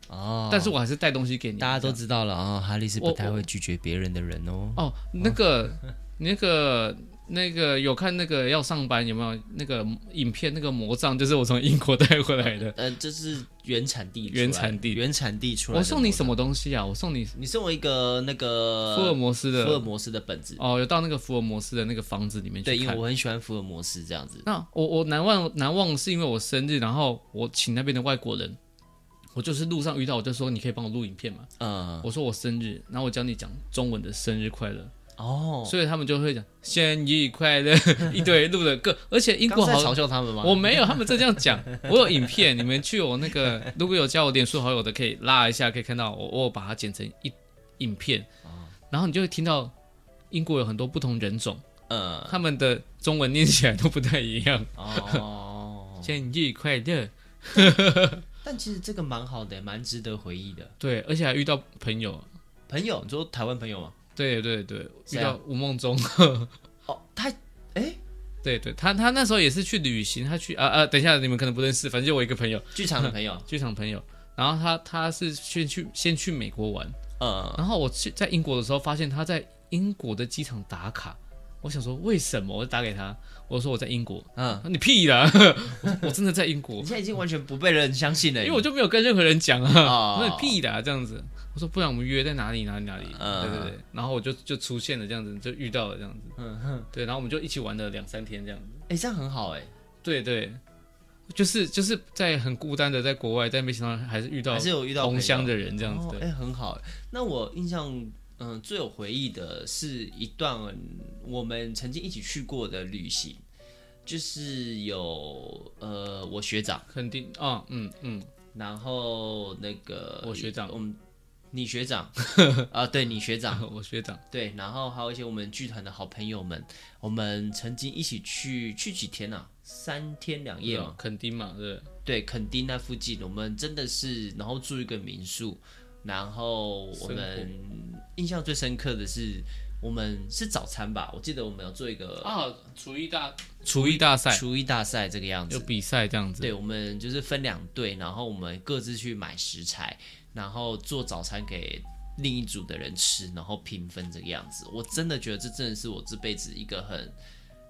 [SPEAKER 2] 哦，
[SPEAKER 1] 但是我还是带东西给你。
[SPEAKER 2] 大家都知道了啊、哦，哈利是不
[SPEAKER 1] 我
[SPEAKER 2] 太
[SPEAKER 1] 我
[SPEAKER 2] 会拒绝别人的人哦。
[SPEAKER 1] 哦，那个、那个、那个有看那个要上班有没有那个影片？那个魔杖就是我从英国带回来的。
[SPEAKER 2] 呃，这是原产地出来，
[SPEAKER 1] 原产地
[SPEAKER 2] 原产地 <laughs> 出来。
[SPEAKER 1] 我送你什
[SPEAKER 2] 么？
[SPEAKER 1] 么东西啊？我送你
[SPEAKER 2] 你送我一个那个
[SPEAKER 1] 福尔摩斯
[SPEAKER 2] 呃福尔
[SPEAKER 1] 的
[SPEAKER 2] 摩斯的本子。
[SPEAKER 1] 哦，有到那个福尔摩斯的那个房子里面去
[SPEAKER 2] 对，因为
[SPEAKER 1] 看。
[SPEAKER 2] 我很喜欢福尔摩斯这样子。
[SPEAKER 1] 那我我难忘难忘是因为我生日，然后我请那边的外国人，我就是路上遇到我就说你可以帮我录影片嘛，
[SPEAKER 2] 嗯，
[SPEAKER 1] 我说我生日，然后我教你讲中文的生日快乐，
[SPEAKER 2] 哦，
[SPEAKER 1] 所以他们就会讲生日快乐 <laughs> 一堆录的歌，而且英
[SPEAKER 2] 刚
[SPEAKER 1] 国
[SPEAKER 2] 才
[SPEAKER 1] 好
[SPEAKER 2] 嘲笑他们吗？
[SPEAKER 1] 我没有，他们真这样讲。我有影片，你们去我那个，如果有加我脸书好友的，可以拉一下，可以看到我我有把它剪成一影片，
[SPEAKER 2] 哦
[SPEAKER 1] 然后你就会听到英国有很多不同人种，
[SPEAKER 2] 嗯，
[SPEAKER 1] 他们的中文念起来都不太一样。
[SPEAKER 2] 哦， <laughs>
[SPEAKER 1] 生日快乐！
[SPEAKER 2] 但其实这个蛮好的，蛮值得回忆的。
[SPEAKER 1] 对，而且还遇到朋友，
[SPEAKER 2] 朋友，你说台湾朋友吗？
[SPEAKER 1] 对对对，遇
[SPEAKER 2] 谁啊
[SPEAKER 1] 到吴梦中， <laughs>
[SPEAKER 2] 哦，他，哎，
[SPEAKER 1] 对对，他他那时候也是去旅行，他去啊啊，等一下你们可能不认识，反正就我一个朋友，
[SPEAKER 2] 剧场的朋友，
[SPEAKER 1] 剧场朋友，然后他他是先去先去美国玩。
[SPEAKER 2] <laughs> 嗯，
[SPEAKER 1] 然后我去在英国的时候，发现他在英国的机场打卡。我想说为什么？我就打给他，我说我在英国。
[SPEAKER 2] 嗯
[SPEAKER 1] 他说你屁啦！ <laughs> 我说我真的在英国
[SPEAKER 2] 你，现在已经完全不被人相信了，
[SPEAKER 1] 因为我就没有跟任何人讲
[SPEAKER 2] 哎哦
[SPEAKER 1] 啊。我说你屁啦，这样子。我说不然我们约在哪里哪里哪里？
[SPEAKER 2] 嗯
[SPEAKER 1] 对对对。然后我就就出现了这样子，就遇到了这样子。
[SPEAKER 2] 嗯哼，
[SPEAKER 1] 对，然后我们就一起玩了两三天这样子。
[SPEAKER 2] 哎，这样很好哎，
[SPEAKER 1] 对对，就是就是在很孤单的在国外，但没想到还是遇到
[SPEAKER 2] 还是有遇到
[SPEAKER 1] 同
[SPEAKER 2] 朋友
[SPEAKER 1] 乡的人这样子。
[SPEAKER 2] 哦
[SPEAKER 1] 对
[SPEAKER 2] 哎、很好。那我印象嗯、最有回忆的是一段嗯我们曾经一起去过的旅行，就是有呃我学长，
[SPEAKER 1] 肯定啊，嗯嗯，
[SPEAKER 2] 然后那个
[SPEAKER 1] 我学长
[SPEAKER 2] 我们你
[SPEAKER 1] <laughs>
[SPEAKER 2] 学长啊，对你学长，
[SPEAKER 1] 我学长。
[SPEAKER 2] 对，然后还有一些我们剧团的好朋友们，我们曾经一起去去几天啊，三天两夜嘛。
[SPEAKER 1] 肯定嘛，对不对，
[SPEAKER 2] 对，垦丁那附近，我们真的是，然后住一个民宿，然后我们印象最深刻的是，我们是早餐吧，我记得我们有做一个
[SPEAKER 1] 啊，厨艺大厨艺大赛
[SPEAKER 2] 呃厨艺大赛这个样
[SPEAKER 1] 有
[SPEAKER 2] 子。
[SPEAKER 1] 比赛这样子，
[SPEAKER 2] 对，我们就是分两队，然后我们各自去买食材，然后做早餐给另一组的人吃，然后平分这个样子。我真的觉得这真的是我这辈子一个很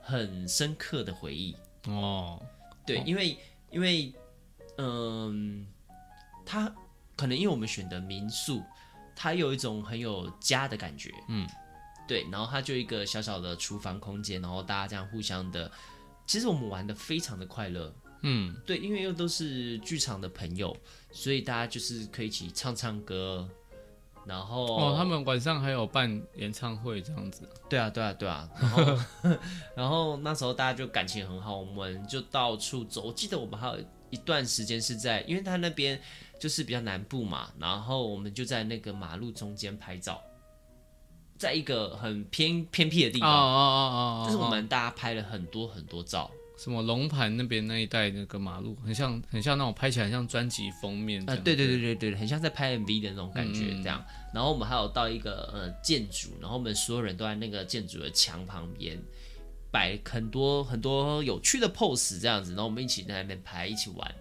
[SPEAKER 2] 很深刻的回忆。
[SPEAKER 1] 哦，
[SPEAKER 2] 对，因为因为嗯，它可能因为我们选的民宿，它有一种很有家的感觉，嗯，对，然后它就一个小小的厨房空间，然后大家这样互相的，其实我们玩的非常的快乐，
[SPEAKER 1] 嗯，
[SPEAKER 2] 对，因为又都是剧场的朋友，所以大家就是可以一起唱唱歌，然后
[SPEAKER 1] 哦，他们晚上还有办演唱会这样子，
[SPEAKER 2] 对啊，对啊，对啊。然
[SPEAKER 1] <laughs>
[SPEAKER 2] 后，然后那时候大家就感情很好，我们就到处走。我记得我们还有一段时间是在，因为他那边就是比较南部嘛，然后我们就在那个马路中间拍照，在一个很偏偏僻的地
[SPEAKER 1] 哦哦
[SPEAKER 2] 方，
[SPEAKER 1] 哦哦，
[SPEAKER 2] 就是我
[SPEAKER 1] 哦
[SPEAKER 2] 们大家拍了很多很多照。
[SPEAKER 1] 什么龙盘那边那一带那个马路，很像很像那种拍起来很像专辑封面这
[SPEAKER 2] 啊，
[SPEAKER 1] 样，
[SPEAKER 2] 对对对对对，很像在拍 MV 的那种感觉
[SPEAKER 1] 嗯
[SPEAKER 2] 这样。然后我们还有到一个呃建筑，然后我们所有人都在那个建筑的墙旁边摆很多很多有趣的 pose 这样子，然后我们一起在那边拍，一起玩。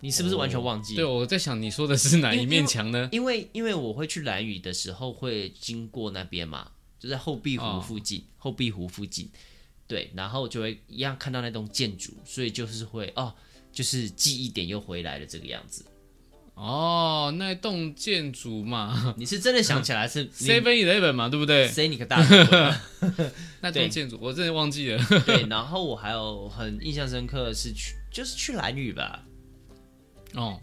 [SPEAKER 2] 你是不是完全忘记？
[SPEAKER 1] 哦对，我在想你说的是哪一面墙呢？
[SPEAKER 2] 因为因为我会去蓝屿的时候会经过那边嘛，就在后壁湖
[SPEAKER 1] 哦
[SPEAKER 2] 附近，后壁湖附近，对，然后就会一样看到那栋建筑，所以就是会哦，就是记忆点又回来了这个样子。 <laughs>
[SPEAKER 1] 哦，那栋建筑嘛
[SPEAKER 2] 你是真的想起来是你
[SPEAKER 1] ，Seven Eleven 嘛，对不对？
[SPEAKER 2] 塞你个大头鬼！
[SPEAKER 1] 那栋建筑我真的忘记了，
[SPEAKER 2] 对，然后我还有很印象深刻的是去，就是去兰屿吧，
[SPEAKER 1] 哦，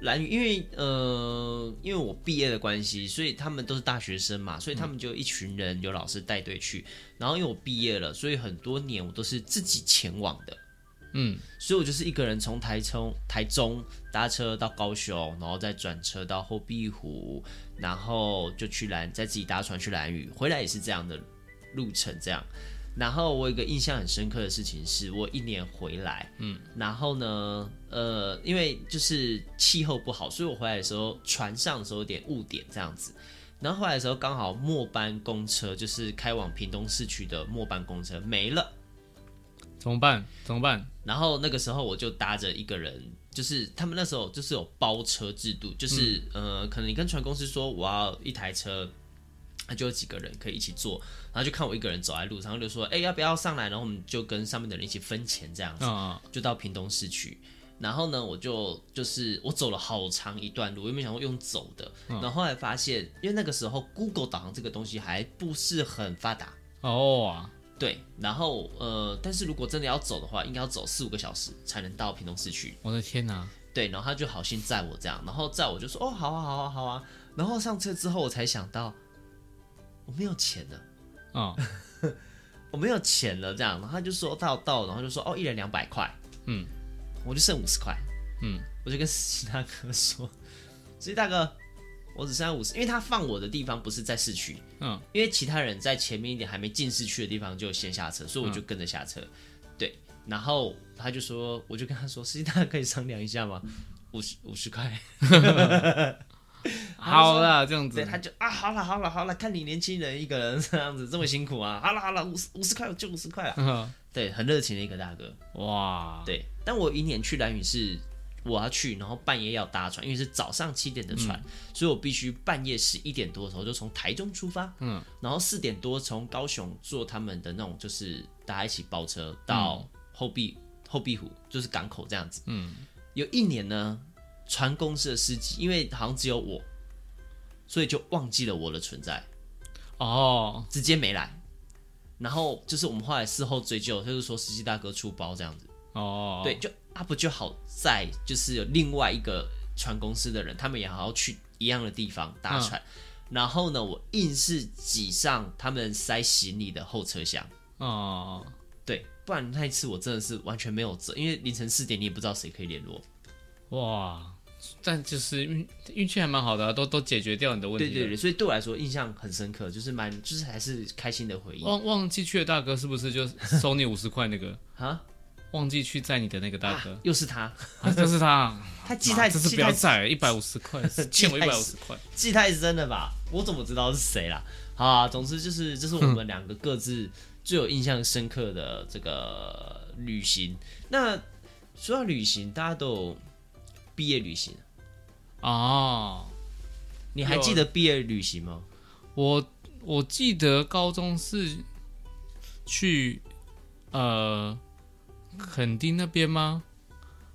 [SPEAKER 2] 兰屿，因为呃，因为我毕业的关系，所以他们都是大学生嘛，所以他们就一群人有老师带队去。然后因为我毕业了，所以很多年我都是自己前往的，
[SPEAKER 1] 嗯，
[SPEAKER 2] 所以我就是一个人从台中台中搭车到高雄，然后再转车到后壁湖，然后就去兰，再自己搭船去兰屿，回来也是这样的路程这样。然后我有一个印象很深刻的事情是，我一年回来，嗯，然后呢，呃，因为就是气候不好，所以我回来的时候船上的时候有点误点这样子。然后回来的时候刚好末班公车，就是开往屏东市区的末班公车没了。
[SPEAKER 1] 怎么办？怎么办？
[SPEAKER 2] 然后那个时候我就搭着一个人，就是他们那时候就是有包车制度，就是、呃，可能你跟船公司说我要一台车，那就有几个人可以一起坐，然后就看我一个人走在路上，就说哎、要不要上来，然后我们就跟上面的人一起分钱这样子，
[SPEAKER 1] 啊、
[SPEAKER 2] 就到屏东市区。然后呢，我就就是我走了好长一段路，我也没想过用走的。然后后来发现，因为那个时候 Google 导航这个东西还不是很发达，
[SPEAKER 1] 哦啊，
[SPEAKER 2] 对，然后呃，但是如果真的要走的话，应该要走四五个小时才能到屏东市区。
[SPEAKER 1] 我的天哪、
[SPEAKER 2] 对，然后他就好心载我这样，然后载我就说哦，好啊，好啊，好啊。然后上车之后，我才想到我没有钱了， <laughs>
[SPEAKER 1] 啊、
[SPEAKER 2] 我没有钱了这样。然后他就说到到，然后就说哦，一人两百块，
[SPEAKER 1] 嗯，
[SPEAKER 2] 我就剩五十块，
[SPEAKER 1] 嗯，
[SPEAKER 2] 我就跟司机大哥说，司机大哥，我只剩下五十，因为他放我的地方不是在市区，
[SPEAKER 1] 嗯，
[SPEAKER 2] 因为其他人在前面一点还没进市区的地方就先下车，所以我就跟着下车。
[SPEAKER 1] 嗯
[SPEAKER 2] 对，然后他就说，我就跟他说，司机大哥可以商量一下吗？五十五十块，
[SPEAKER 1] 好啦，这样
[SPEAKER 2] 对，
[SPEAKER 1] 子，
[SPEAKER 2] 他就啊，好了好了好了，看你年轻人一个人这样子这么辛苦啊，好了好了，五十五十块就五十块了。
[SPEAKER 1] 嗯
[SPEAKER 2] 对，很热情的一个大哥。
[SPEAKER 1] <laughs> 哇，
[SPEAKER 2] 对，但我一年去蓝屿是我要去，然后半夜要搭船，因为是早上七点的船，
[SPEAKER 1] 嗯
[SPEAKER 2] 所以我必须半夜十一点多的时候就从台中出发，
[SPEAKER 1] 嗯，
[SPEAKER 2] 然后四点多从高雄坐他们的那种就是大家一起包车到后壁、后壁湖，就是港口这样子。
[SPEAKER 1] 嗯，
[SPEAKER 2] 有一年呢，船公司的司机因为好像只有我，所以就忘记了我的存在。
[SPEAKER 1] 哦，
[SPEAKER 2] 直接没来。然后就是我们后来事后追究，就是说司机大哥出包这样子。
[SPEAKER 1] 哦，
[SPEAKER 2] 对，就啊不就好在就是有另外一个船公司的人，他们也好好去一样的地方
[SPEAKER 1] 嗯
[SPEAKER 2] 搭船。然后呢，我硬是挤上他们塞行李的后车厢。
[SPEAKER 1] 哦，
[SPEAKER 2] 对，不然那一次我真的是完全没有辙，因为凌晨四点你也不知道谁可以联络。
[SPEAKER 1] 哇，但就是运运气还蛮好的啊、都都解决掉你的问题
[SPEAKER 2] 对
[SPEAKER 1] 了。
[SPEAKER 2] 对对，所以对我来说印象很深刻，就是蛮就是还是开心的回忆
[SPEAKER 1] 忘忘记去的大哥是不是就收你五十块那个？ <laughs>
[SPEAKER 2] 啊
[SPEAKER 1] 忘记去载你的那个大哥
[SPEAKER 2] 啊，，又是他，
[SPEAKER 1] 啊就是他，
[SPEAKER 2] 他记
[SPEAKER 1] 妈
[SPEAKER 2] 太
[SPEAKER 1] 这次
[SPEAKER 2] 记
[SPEAKER 1] 不要
[SPEAKER 2] 太
[SPEAKER 1] 载一百五十块，是欠我一
[SPEAKER 2] 记太
[SPEAKER 1] 百五十块。
[SPEAKER 2] 记太深了吧？我怎么知道是谁啦？好啊，总之就是这是我们两个各自最有印象深刻的这个旅行。那说到旅行，大家都有毕业旅行，啊
[SPEAKER 1] 哦，
[SPEAKER 2] 你还
[SPEAKER 1] 有
[SPEAKER 2] 记得毕业旅行吗？
[SPEAKER 1] 我我记得高中是去呃垦丁那边吗？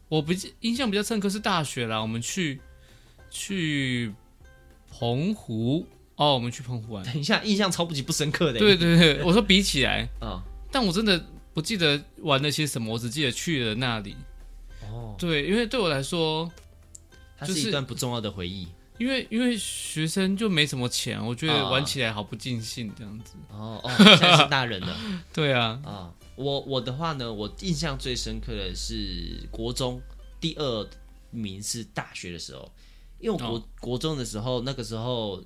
[SPEAKER 1] 我不记印象比较深刻是大学啦，我们去去澎湖哦，我们去澎湖玩。
[SPEAKER 2] 等一下，印象超级不深刻的。欸
[SPEAKER 1] 对对对，我说比起来，
[SPEAKER 2] 啊、
[SPEAKER 1] 但我真的不记得玩了些什么，我只记得去了那里。
[SPEAKER 2] 哦，
[SPEAKER 1] 对，因为对我来说，
[SPEAKER 2] 它
[SPEAKER 1] 就是
[SPEAKER 2] 是一段不重要的回忆。
[SPEAKER 1] 因为因为学生就没什么钱，我觉得
[SPEAKER 2] 啊
[SPEAKER 1] 玩起来好不尽兴这样子。
[SPEAKER 2] 哦哦， <laughs> 现在是大人了
[SPEAKER 1] 对啊，
[SPEAKER 2] 啊、我我的话呢，我印象最深刻的是国中第二名是大学的时候，因为我国、国中的时候，那个时候，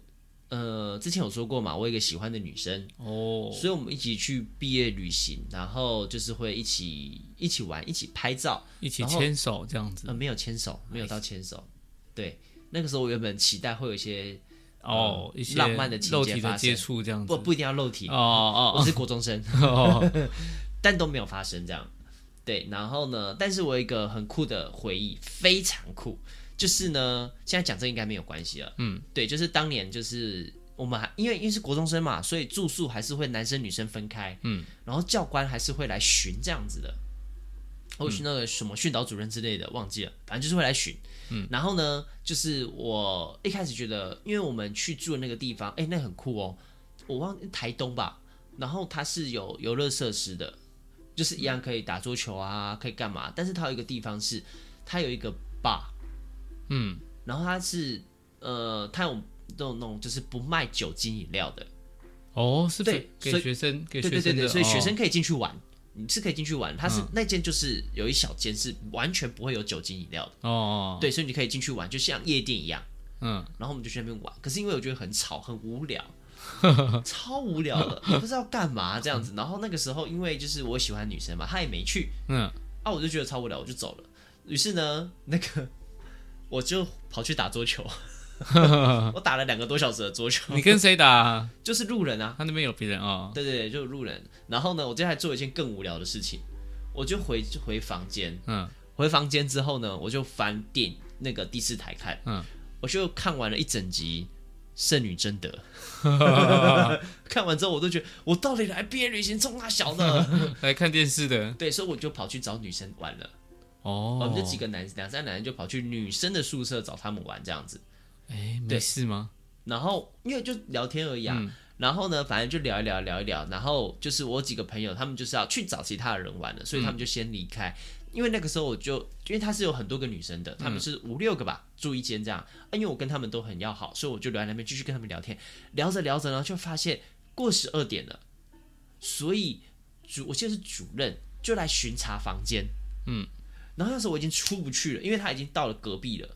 [SPEAKER 2] 呃，之前有说过嘛，我有一个喜欢的女生，
[SPEAKER 1] 哦，
[SPEAKER 2] 所以我们一起去毕业旅行，然后就是会一起一起玩，一起拍照，
[SPEAKER 1] 一起
[SPEAKER 2] 然后
[SPEAKER 1] 牵手这样子
[SPEAKER 2] 呃，。没有牵手，没有到牵手，对，那个时候我原本期待会有一些
[SPEAKER 1] 哦，
[SPEAKER 2] 嗯
[SPEAKER 1] 一些
[SPEAKER 2] 浪漫的情节
[SPEAKER 1] 肉体的
[SPEAKER 2] 发生
[SPEAKER 1] 接触这样子。
[SPEAKER 2] 不不一定要露体，
[SPEAKER 1] 哦
[SPEAKER 2] 我是国中生，
[SPEAKER 1] 哦 <laughs> 哦，
[SPEAKER 2] <laughs> 但都没有发生这样。对，然后呢？但是我有一个很酷的回忆，非常酷，就是呢，现在讲这应该没有关系了。嗯，对，就是当年就是我们还因为因为是国中生嘛，所以住宿还是会男生女生分开。嗯，然后教官还是会来巡这样子的，或许那个什么训导主任之类的，忘记了，反正就是会来巡。嗯，然后呢，就是我一开始觉得，因为我们去住的那个地方，哎，那很酷哦，我忘台东吧，然后它是有游乐设施的，就是一样可以打桌球啊，可以干嘛？但是它有一个地方是，它有一个 bar，
[SPEAKER 1] 嗯，
[SPEAKER 2] 然后它是呃，它有那种那种就是不卖酒精饮料的，
[SPEAKER 1] 哦，是
[SPEAKER 2] 对
[SPEAKER 1] 给给
[SPEAKER 2] 所以
[SPEAKER 1] 学生给
[SPEAKER 2] 对
[SPEAKER 1] 学
[SPEAKER 2] 对对
[SPEAKER 1] 生
[SPEAKER 2] 对，
[SPEAKER 1] 的，
[SPEAKER 2] 所以学
[SPEAKER 1] 哦嗯
[SPEAKER 2] 生可以进去玩，你是可以进去玩，它是、那间就是有一小间是完全不会有酒精饮料的，
[SPEAKER 1] 哦哦，
[SPEAKER 2] 对，所以你可以进去玩，就像夜店一样。
[SPEAKER 1] 嗯，
[SPEAKER 2] 然后我们就去那边玩，可是因为我觉得很吵很无聊，超无聊的，不知道干嘛这样子。然后那个时候，因为就是我喜欢女生嘛，她也没去
[SPEAKER 1] 嗯，
[SPEAKER 2] 啊，我就觉得超无聊，我就走了。于是呢，那个我就跑去打桌球，我打了两个多小时的桌球，
[SPEAKER 1] 你跟谁打啊？
[SPEAKER 2] 就是路人啊，
[SPEAKER 1] 他那边有别人哦。
[SPEAKER 2] <laughs> 对对对，就是路人。然后呢，我今天还做一件更无聊的事情，我就回回房间，
[SPEAKER 1] 嗯，
[SPEAKER 2] 回房间之后呢，我就翻电那个第四台看，
[SPEAKER 1] 嗯，
[SPEAKER 2] 我就看完了一整集《圣女贞德》，
[SPEAKER 1] <laughs>
[SPEAKER 2] <laughs> 看完之后我都觉得我到底来毕业旅行冲他小的，
[SPEAKER 1] 来看电视的
[SPEAKER 2] <laughs> 对，所以我就跑去找女生玩了。
[SPEAKER 1] 哦。
[SPEAKER 2] 我们这几个男两三个男人就跑去女生的宿舍找他们玩这样子，
[SPEAKER 1] 哎，没事吗？
[SPEAKER 2] 然后因为就聊天而已啊。然后呢，反正就聊一聊，聊一聊。然后就是我几个朋友，他们就是要去找其他人玩了，所以他们就先离开。因为那个时候我就，因为他是有很多个女生的，他们是五六个吧，住一间这样。啊，因为我跟他们都很要好，所以我就留在那边继续跟他们聊天。聊着聊着呢，就发现过十二点了，所以主我记得是主任就来巡查房间。嗯，然后那时候我已经出不去了，因为他已经到了隔壁了。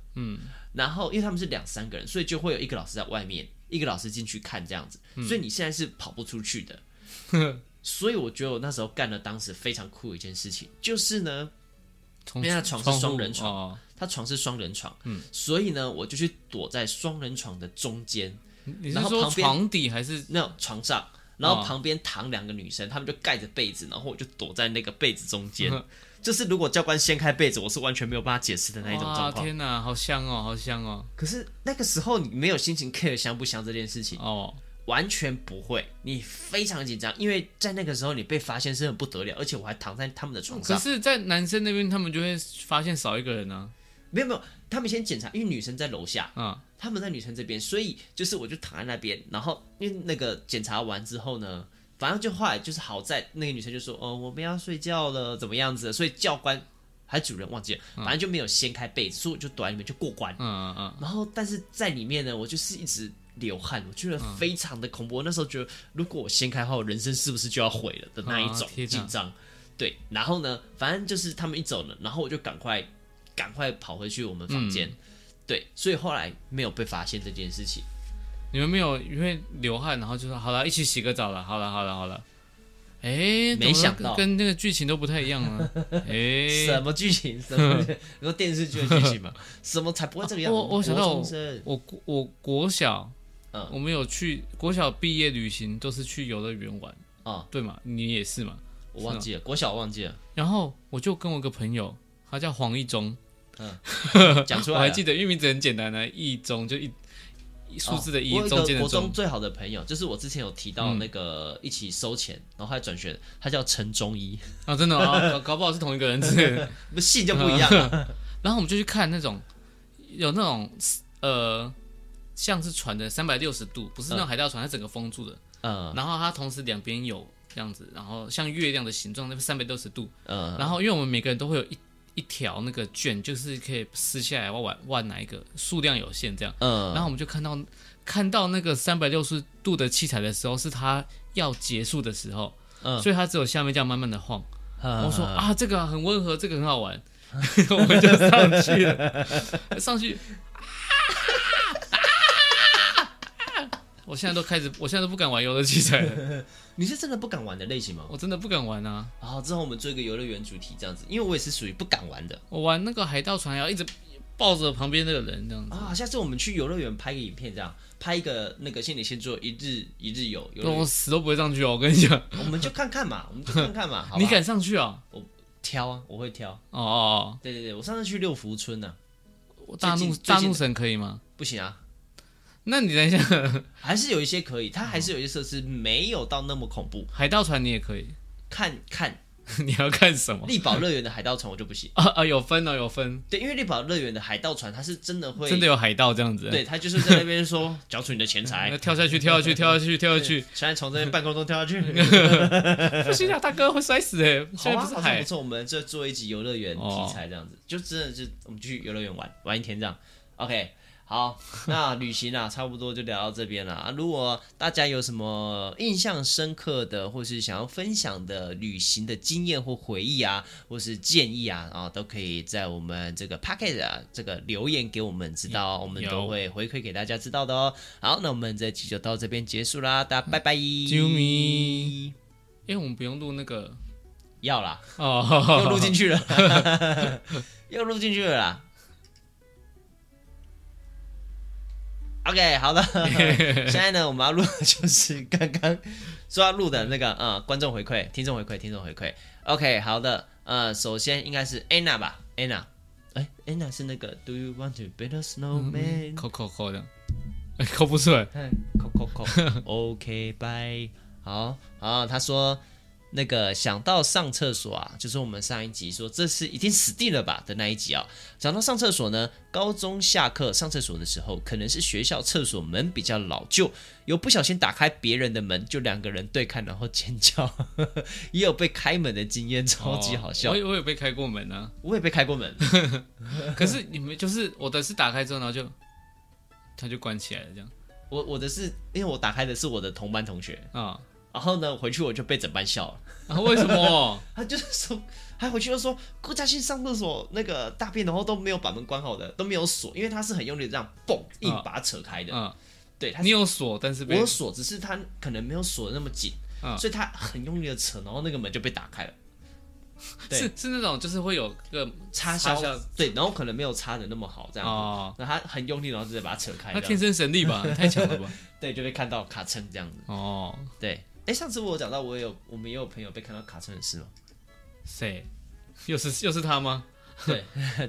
[SPEAKER 2] 然后因为他们是两三个人，所以就会有一个老师在外面，一个老师进去看这样子，所以你现在是跑不出去的。所以我觉得我那时候干了当时非常酷的一件事情，就是呢，
[SPEAKER 1] 因
[SPEAKER 2] 因为他床是双人床
[SPEAKER 1] 哦。
[SPEAKER 2] 他床是双人床，所以呢，我就去躲在双人床的中间，
[SPEAKER 1] 哦你是
[SPEAKER 2] 然后
[SPEAKER 1] 说
[SPEAKER 2] 旁边
[SPEAKER 1] 床底还是
[SPEAKER 2] 那种床上，然后旁边躺两个女生，她们就盖着被子，然后我就躲在那个被子中间，就是如果教官掀开被子，我是完全没有办法解释的那一种
[SPEAKER 1] 哇
[SPEAKER 2] 状况。
[SPEAKER 1] 天哪，好香哦，好香哦，
[SPEAKER 2] 可是那个时候你没有心情 care 香不香这件事情。
[SPEAKER 1] 哦，
[SPEAKER 2] 完全不会，你非常紧张，因为在那个时候你被发现是很不得了，而且我还躺在他们的床
[SPEAKER 1] 嗯可
[SPEAKER 2] 上，
[SPEAKER 1] 是，在男生那边，他们就会发现少一个人啊，
[SPEAKER 2] 没有没有，他们先检查，因为女生在楼下，
[SPEAKER 1] 啊，
[SPEAKER 2] 他们在女生这边，所以就是我就躺在那边，然后因为那个检查完之后呢，反正就后来就是好在那个女生就说，哦，我们要睡觉了，怎么样子的，所以教官还主任忘记了，反正就没有掀开被子，所以我就躲在里面就过关。
[SPEAKER 1] 嗯嗯嗯，
[SPEAKER 2] 然后但是在里面呢，我就是一直流汗，我觉得
[SPEAKER 1] 嗯
[SPEAKER 2] 非常的恐怖。我那时候觉得，如果我掀开的话，我人生是不是就要毁了的那一
[SPEAKER 1] 啊
[SPEAKER 2] 种
[SPEAKER 1] 天哪
[SPEAKER 2] 紧张。对，然后呢，反正就是他们一走呢，然后我就赶快赶快跑回去我们房
[SPEAKER 1] 嗯
[SPEAKER 2] 间。对，所以后来没有被发现这件事情。
[SPEAKER 1] 你们没有因为流汗，然后就说好了，一起洗个澡了，好了，好了，好了。哎，
[SPEAKER 2] 没想到
[SPEAKER 1] 怎么跟那个剧情都不太一样
[SPEAKER 2] <laughs>
[SPEAKER 1] 啊！哎
[SPEAKER 2] 什，么
[SPEAKER 1] <laughs>
[SPEAKER 2] 剧情？什么？你说电视剧的剧情吗？什么才不会这个样子？
[SPEAKER 1] 我我想到
[SPEAKER 2] 国
[SPEAKER 1] 我
[SPEAKER 2] 中生
[SPEAKER 1] 我国我国小，
[SPEAKER 2] 嗯
[SPEAKER 1] 我们有去国小毕业旅行，都是去游乐园玩，
[SPEAKER 2] 啊，
[SPEAKER 1] 对嘛？你也是嘛？啊
[SPEAKER 2] 我忘记了，国小忘记了，
[SPEAKER 1] 然后我就跟我一个朋友，他叫黄一中，
[SPEAKER 2] 讲出
[SPEAKER 1] 我
[SPEAKER 2] 来
[SPEAKER 1] 还
[SPEAKER 2] 了。
[SPEAKER 1] 记得，因为名字很简单啊，一中就一一数字的一
[SPEAKER 2] 哦我有，
[SPEAKER 1] 中
[SPEAKER 2] 一
[SPEAKER 1] 间的
[SPEAKER 2] 个国中
[SPEAKER 1] 中，
[SPEAKER 2] 最好的朋友，就是我之前有提到那个一起收钱，然后他转学，他叫陈中医，
[SPEAKER 1] 啊，真的
[SPEAKER 2] <laughs>
[SPEAKER 1] 啊，搞搞不好是同一个人之类的。
[SPEAKER 2] 不系就不
[SPEAKER 1] <laughs>
[SPEAKER 2] 一样了。
[SPEAKER 1] 然后我们就去看那种有那种呃，像是船的三百六十度，不是那种海盗船，它整个封住的。
[SPEAKER 2] 嗯
[SPEAKER 1] 然后它同时两边有这样子，然后像月亮的形状，那个三百六十度。
[SPEAKER 2] 嗯，
[SPEAKER 1] 然后因为我们每个人都会有一一条那个卷，就是可以撕下来，我玩玩哪一个，数量有限这样。
[SPEAKER 2] 嗯
[SPEAKER 1] 然后我们就看到看到那个三百六十度的器材的时候，是它要结束的时候，
[SPEAKER 2] 嗯
[SPEAKER 1] 所以它只有下面这样慢慢的晃。
[SPEAKER 2] 嗯
[SPEAKER 1] 我说啊，这个很温和，这个很好玩， <laughs> 我们就上去了， <laughs> 上去。我现在都开始，我现在都不敢玩游乐器材了，
[SPEAKER 2] 你是真的不敢玩的类型吗？
[SPEAKER 1] 我真的不敢玩啊！
[SPEAKER 2] 然后之后我们做一个游乐园主题这样子，因为我也是属于不敢玩的
[SPEAKER 1] 我玩那个海盗船要一直抱着旁边那个人这样子，
[SPEAKER 2] 啊。下次我们去游乐园拍个影片，这样拍一个那个心理先做一日一日游游乐
[SPEAKER 1] 我
[SPEAKER 2] 园，
[SPEAKER 1] 死都不会上去哦！我跟你讲，
[SPEAKER 2] 我们就看
[SPEAKER 1] <laughs>
[SPEAKER 2] 看嘛，我们就看看嘛，好吧
[SPEAKER 1] 你敢上去啊？
[SPEAKER 2] 挑啊？我会挑。
[SPEAKER 1] 哦哦
[SPEAKER 2] 对对对，我上次去六福村呢，
[SPEAKER 1] 哦，我大怒
[SPEAKER 2] 最近
[SPEAKER 1] 大怒神可以吗？
[SPEAKER 2] 不行啊，
[SPEAKER 1] 那你等一下， <laughs>
[SPEAKER 2] 还是有一些可以，它还是有一些设施没有到那么恐怖。
[SPEAKER 1] 海盗船你也可以， <laughs>
[SPEAKER 2] 看看
[SPEAKER 1] 你要看什么？
[SPEAKER 2] 力宝乐园的海盗船我就不行，
[SPEAKER 1] 啊啊，有分哦，有分，
[SPEAKER 2] 对，因为力宝乐园的海盗船它是真的会，
[SPEAKER 1] 真的有海盗这样子，
[SPEAKER 2] 对，它就是在那
[SPEAKER 1] <laughs>
[SPEAKER 2] 边说交出你的钱财
[SPEAKER 1] 那，跳下去，跳下去，跳下去，跳下去，
[SPEAKER 2] 现在从这边半空中跳下去，
[SPEAKER 1] 不行啊，大哥会摔死哎！
[SPEAKER 2] 好
[SPEAKER 1] 现在
[SPEAKER 2] 啊，
[SPEAKER 1] 不是
[SPEAKER 2] 好像
[SPEAKER 1] 海
[SPEAKER 2] 不，错，我们这做一集游乐园
[SPEAKER 1] 哦
[SPEAKER 2] 题材这样子，就真的是我们去游乐园玩玩一天这样，OK。好，那旅行啊，差不多就聊到这边了啊。如果大家有什么印象深刻的，或是想要分享的旅行的经验或回忆啊，或是建议啊，啊，都可以在我们这个 p a c k e t 啊这个留言给我们知道
[SPEAKER 1] 嗯
[SPEAKER 2] 哦，我们都会回馈给大家知道的哦。好，那我们这期就到这边结束啦，大家拜拜。
[SPEAKER 1] 啾咪因为哎我们不用录那个
[SPEAKER 2] 要啦，
[SPEAKER 1] 哦，
[SPEAKER 2] 又录进去了，又录进去了啦。OK，好的，现在呢，我们要录的就是刚刚说要录的那个呃观众回馈、听众回馈、听众回馈。OK，好的，呃，首先应该是 Anna 吧，Anna，哎，Anna 是那个 Do you want to build a snowman？
[SPEAKER 1] 扣扣扣的，哎， <laughs> 扣不出来。
[SPEAKER 2] 哎扣扣扣 <laughs> ，OK，拜。好，好，他说那个想到上厕所啊，就是我们上一集说这是已经死定了吧的那一集啊。讲到上厕所呢，高中下课上厕所的时候，可能是学校厕所门比较老旧，有不小心打开别人的门，就两个人对看然后尖叫， <laughs> 也有被开门的经验，超级好笑。
[SPEAKER 1] 哦我也我有被开过门
[SPEAKER 2] <laughs>
[SPEAKER 1] 啊，
[SPEAKER 2] 我也被开过门，
[SPEAKER 1] 可是你们就是我的是打开之后，然后就它就关起来了这样
[SPEAKER 2] 我我的是因为我打开的是我的同班同学，
[SPEAKER 1] 啊
[SPEAKER 2] 然后呢回去我就被整班笑了。
[SPEAKER 1] 啊？为什
[SPEAKER 2] <laughs>
[SPEAKER 1] 么？
[SPEAKER 2] 他就是说，还回去又说顾嘉欣上厕所那个大便，然后都没有把门关好的，都没有锁，因为他是很用力的这样蹦，硬把它扯开的。
[SPEAKER 1] 啊，
[SPEAKER 2] 对，他
[SPEAKER 1] 你有锁，但是
[SPEAKER 2] 我
[SPEAKER 1] 被
[SPEAKER 2] 有锁，只是他可能没有锁的那么紧，
[SPEAKER 1] 嗯
[SPEAKER 2] 所以他很用力的扯，然后那个门就被打开了，对
[SPEAKER 1] 是是那种就是会有个
[SPEAKER 2] 插销啊
[SPEAKER 1] 销
[SPEAKER 2] 对，然后可能没有插的那么好，这样子。
[SPEAKER 1] 哦，
[SPEAKER 2] 那、他很用力，然后直接把它扯开
[SPEAKER 1] 他
[SPEAKER 2] 这样
[SPEAKER 1] 天
[SPEAKER 2] 子，
[SPEAKER 1] 生神力
[SPEAKER 2] <laughs>
[SPEAKER 1] 吧，太强了吧？
[SPEAKER 2] 对，就被看到卡蹭这样子。
[SPEAKER 1] 哦，
[SPEAKER 2] 对，哎，上次我有讲到，我也有我们也有朋友被看到卡蹭的事嘛。
[SPEAKER 1] 谁？又是又是他吗？
[SPEAKER 2] <laughs> 对，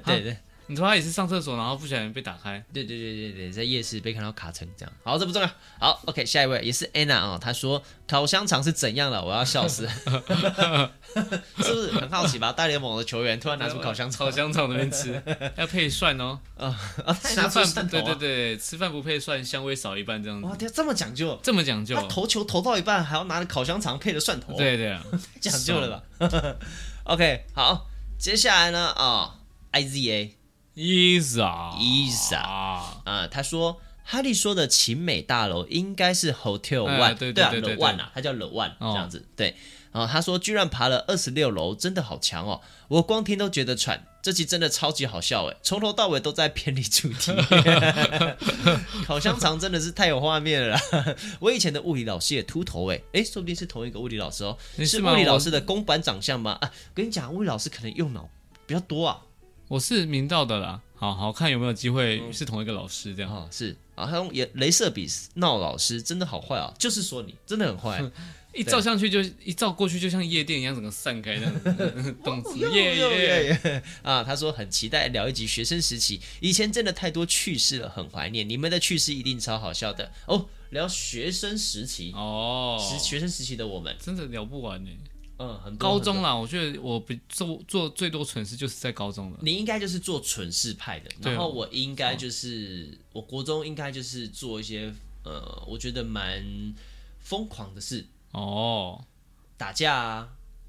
[SPEAKER 2] 对对
[SPEAKER 1] 你说他也是上厕所，然后不小心被打开，
[SPEAKER 2] 对对对对对，在夜市被看到卡成这样。好，这不重要。好，OK，下一位也是 Anna 啊、哦，她说烤香肠是怎样了？ <laughs> 我要笑死，是不是很好奇吧？大联盟的球员突然拿出
[SPEAKER 1] 呃
[SPEAKER 2] 烤香肠
[SPEAKER 1] 烤，香肠那边吃，
[SPEAKER 2] <laughs>
[SPEAKER 1] 要配蒜哦。
[SPEAKER 2] 啊，他也
[SPEAKER 1] 吃
[SPEAKER 2] 拿出
[SPEAKER 1] 饭
[SPEAKER 2] 蒜
[SPEAKER 1] 不
[SPEAKER 2] 头、
[SPEAKER 1] 对对
[SPEAKER 2] 啊，
[SPEAKER 1] 对，吃饭不配蒜，香味少一半这样
[SPEAKER 2] 哇，
[SPEAKER 1] 子，
[SPEAKER 2] 天，这么讲究，
[SPEAKER 1] 这么讲究啊
[SPEAKER 2] 他？投球投到一半还要拿着烤香肠配着蒜头，
[SPEAKER 1] 对对啊，
[SPEAKER 2] 太讲究了吧 <laughs> ？OK，好，接下来呢啊、i z a
[SPEAKER 1] 伊莎
[SPEAKER 2] Isa
[SPEAKER 1] 啊，
[SPEAKER 2] 啊、他说。哈利说的晴美大楼应该是 Hotel
[SPEAKER 1] 哎
[SPEAKER 2] One，、
[SPEAKER 1] 对对
[SPEAKER 2] 啊
[SPEAKER 1] 对对
[SPEAKER 2] ，The
[SPEAKER 1] 对
[SPEAKER 2] One 啊，它叫 The One
[SPEAKER 1] 哦
[SPEAKER 2] 这样子。对，然后他说居然爬了二十六楼，真的好强哦！我光听都觉得喘。这集真的超级好笑哎，从头到尾都在偏离主
[SPEAKER 1] <laughs>
[SPEAKER 2] 题。烤香肠真的是太有画面了啦！我以前的物理老师也秃头哎，哎，说不定是同一个物理老师哦。
[SPEAKER 1] 你
[SPEAKER 2] 是
[SPEAKER 1] 是吗
[SPEAKER 2] 物理老师的公版长相吗？啊，跟你讲，物理老师可能用脑比较多啊。
[SPEAKER 1] 我是明道的啦，好好看有没有机
[SPEAKER 2] 嗯
[SPEAKER 1] 会是同一个老师这样。
[SPEAKER 2] 哦，是啊，他用也镭射笔闹老师，真的好坏啊！就是说你真的很
[SPEAKER 1] <laughs>
[SPEAKER 2] 坏，
[SPEAKER 1] 一照上去就
[SPEAKER 2] 啊
[SPEAKER 1] 一照过去，就像夜店一样，整个散开这样子， <laughs> 动
[SPEAKER 2] 哦
[SPEAKER 1] 词耶耶。
[SPEAKER 2] 耶！ <laughs> 啊，他说很期待聊一集学生时期，以前真的太多趣事了，很怀念你们的趣事，一定超好笑的哦。聊学生时期，
[SPEAKER 1] 哦，
[SPEAKER 2] 时学生时期的我们，
[SPEAKER 1] 真的聊不完呢。欸
[SPEAKER 2] 嗯，很多
[SPEAKER 1] 高，中啦，我觉得我不做做最多蠢事就是在高中了
[SPEAKER 2] 很多。你应该就是做蠢事派的，
[SPEAKER 1] 对
[SPEAKER 2] 然
[SPEAKER 1] 哦
[SPEAKER 2] 后我应该就是，我国中应该就是做一些呃，我觉得蛮疯狂的事，
[SPEAKER 1] 哦，
[SPEAKER 2] 打架啊，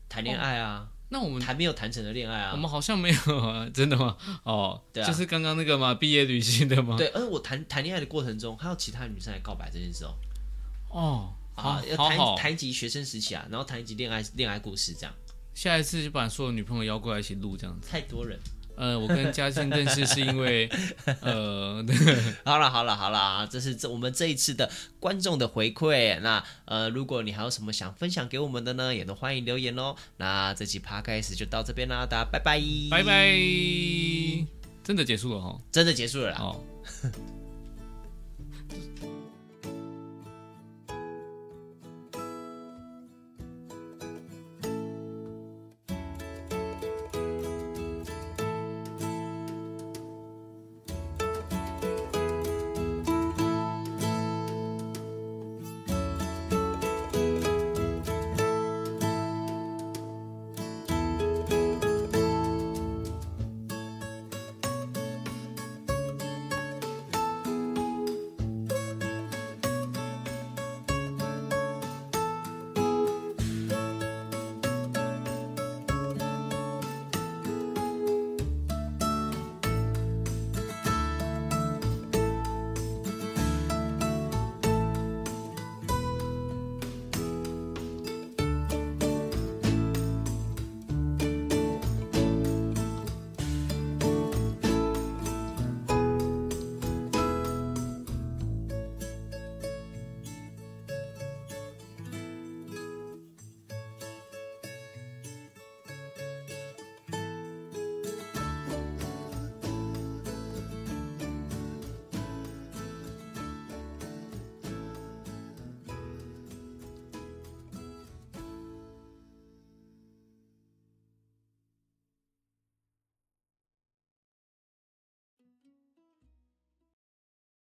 [SPEAKER 2] 谈恋爱啊，
[SPEAKER 1] 那我们
[SPEAKER 2] 谈没有谈成的恋爱啊
[SPEAKER 1] 我，们好像没有啊， <laughs> 真的吗？哦，
[SPEAKER 2] 对啊
[SPEAKER 1] 就是刚刚那个嘛，毕业旅行的吗？
[SPEAKER 2] 对，而我谈谈恋爱的过程中，还有其他女生来告白这件事哦。
[SPEAKER 1] 哦，好
[SPEAKER 2] 啊，要
[SPEAKER 1] 好好
[SPEAKER 2] 谈，谈一集学生时期啊，然后谈一集恋爱恋爱故事，这样
[SPEAKER 1] 下一次就把所有女朋友邀过来一起录这样子。
[SPEAKER 2] 太多人。
[SPEAKER 1] 呃，我跟嘉欣认识是因为，呃，
[SPEAKER 2] <laughs> 好了好了好了啊，这是这我们这一次的观众的回馈。那呃，如果你还有什么想分享给我们的呢，也都欢迎留言哦。那这期 podcast 就到这边啦，大家拜拜，
[SPEAKER 1] 拜拜，真的结束了哈。
[SPEAKER 2] 真的结束了啦。
[SPEAKER 1] 哦，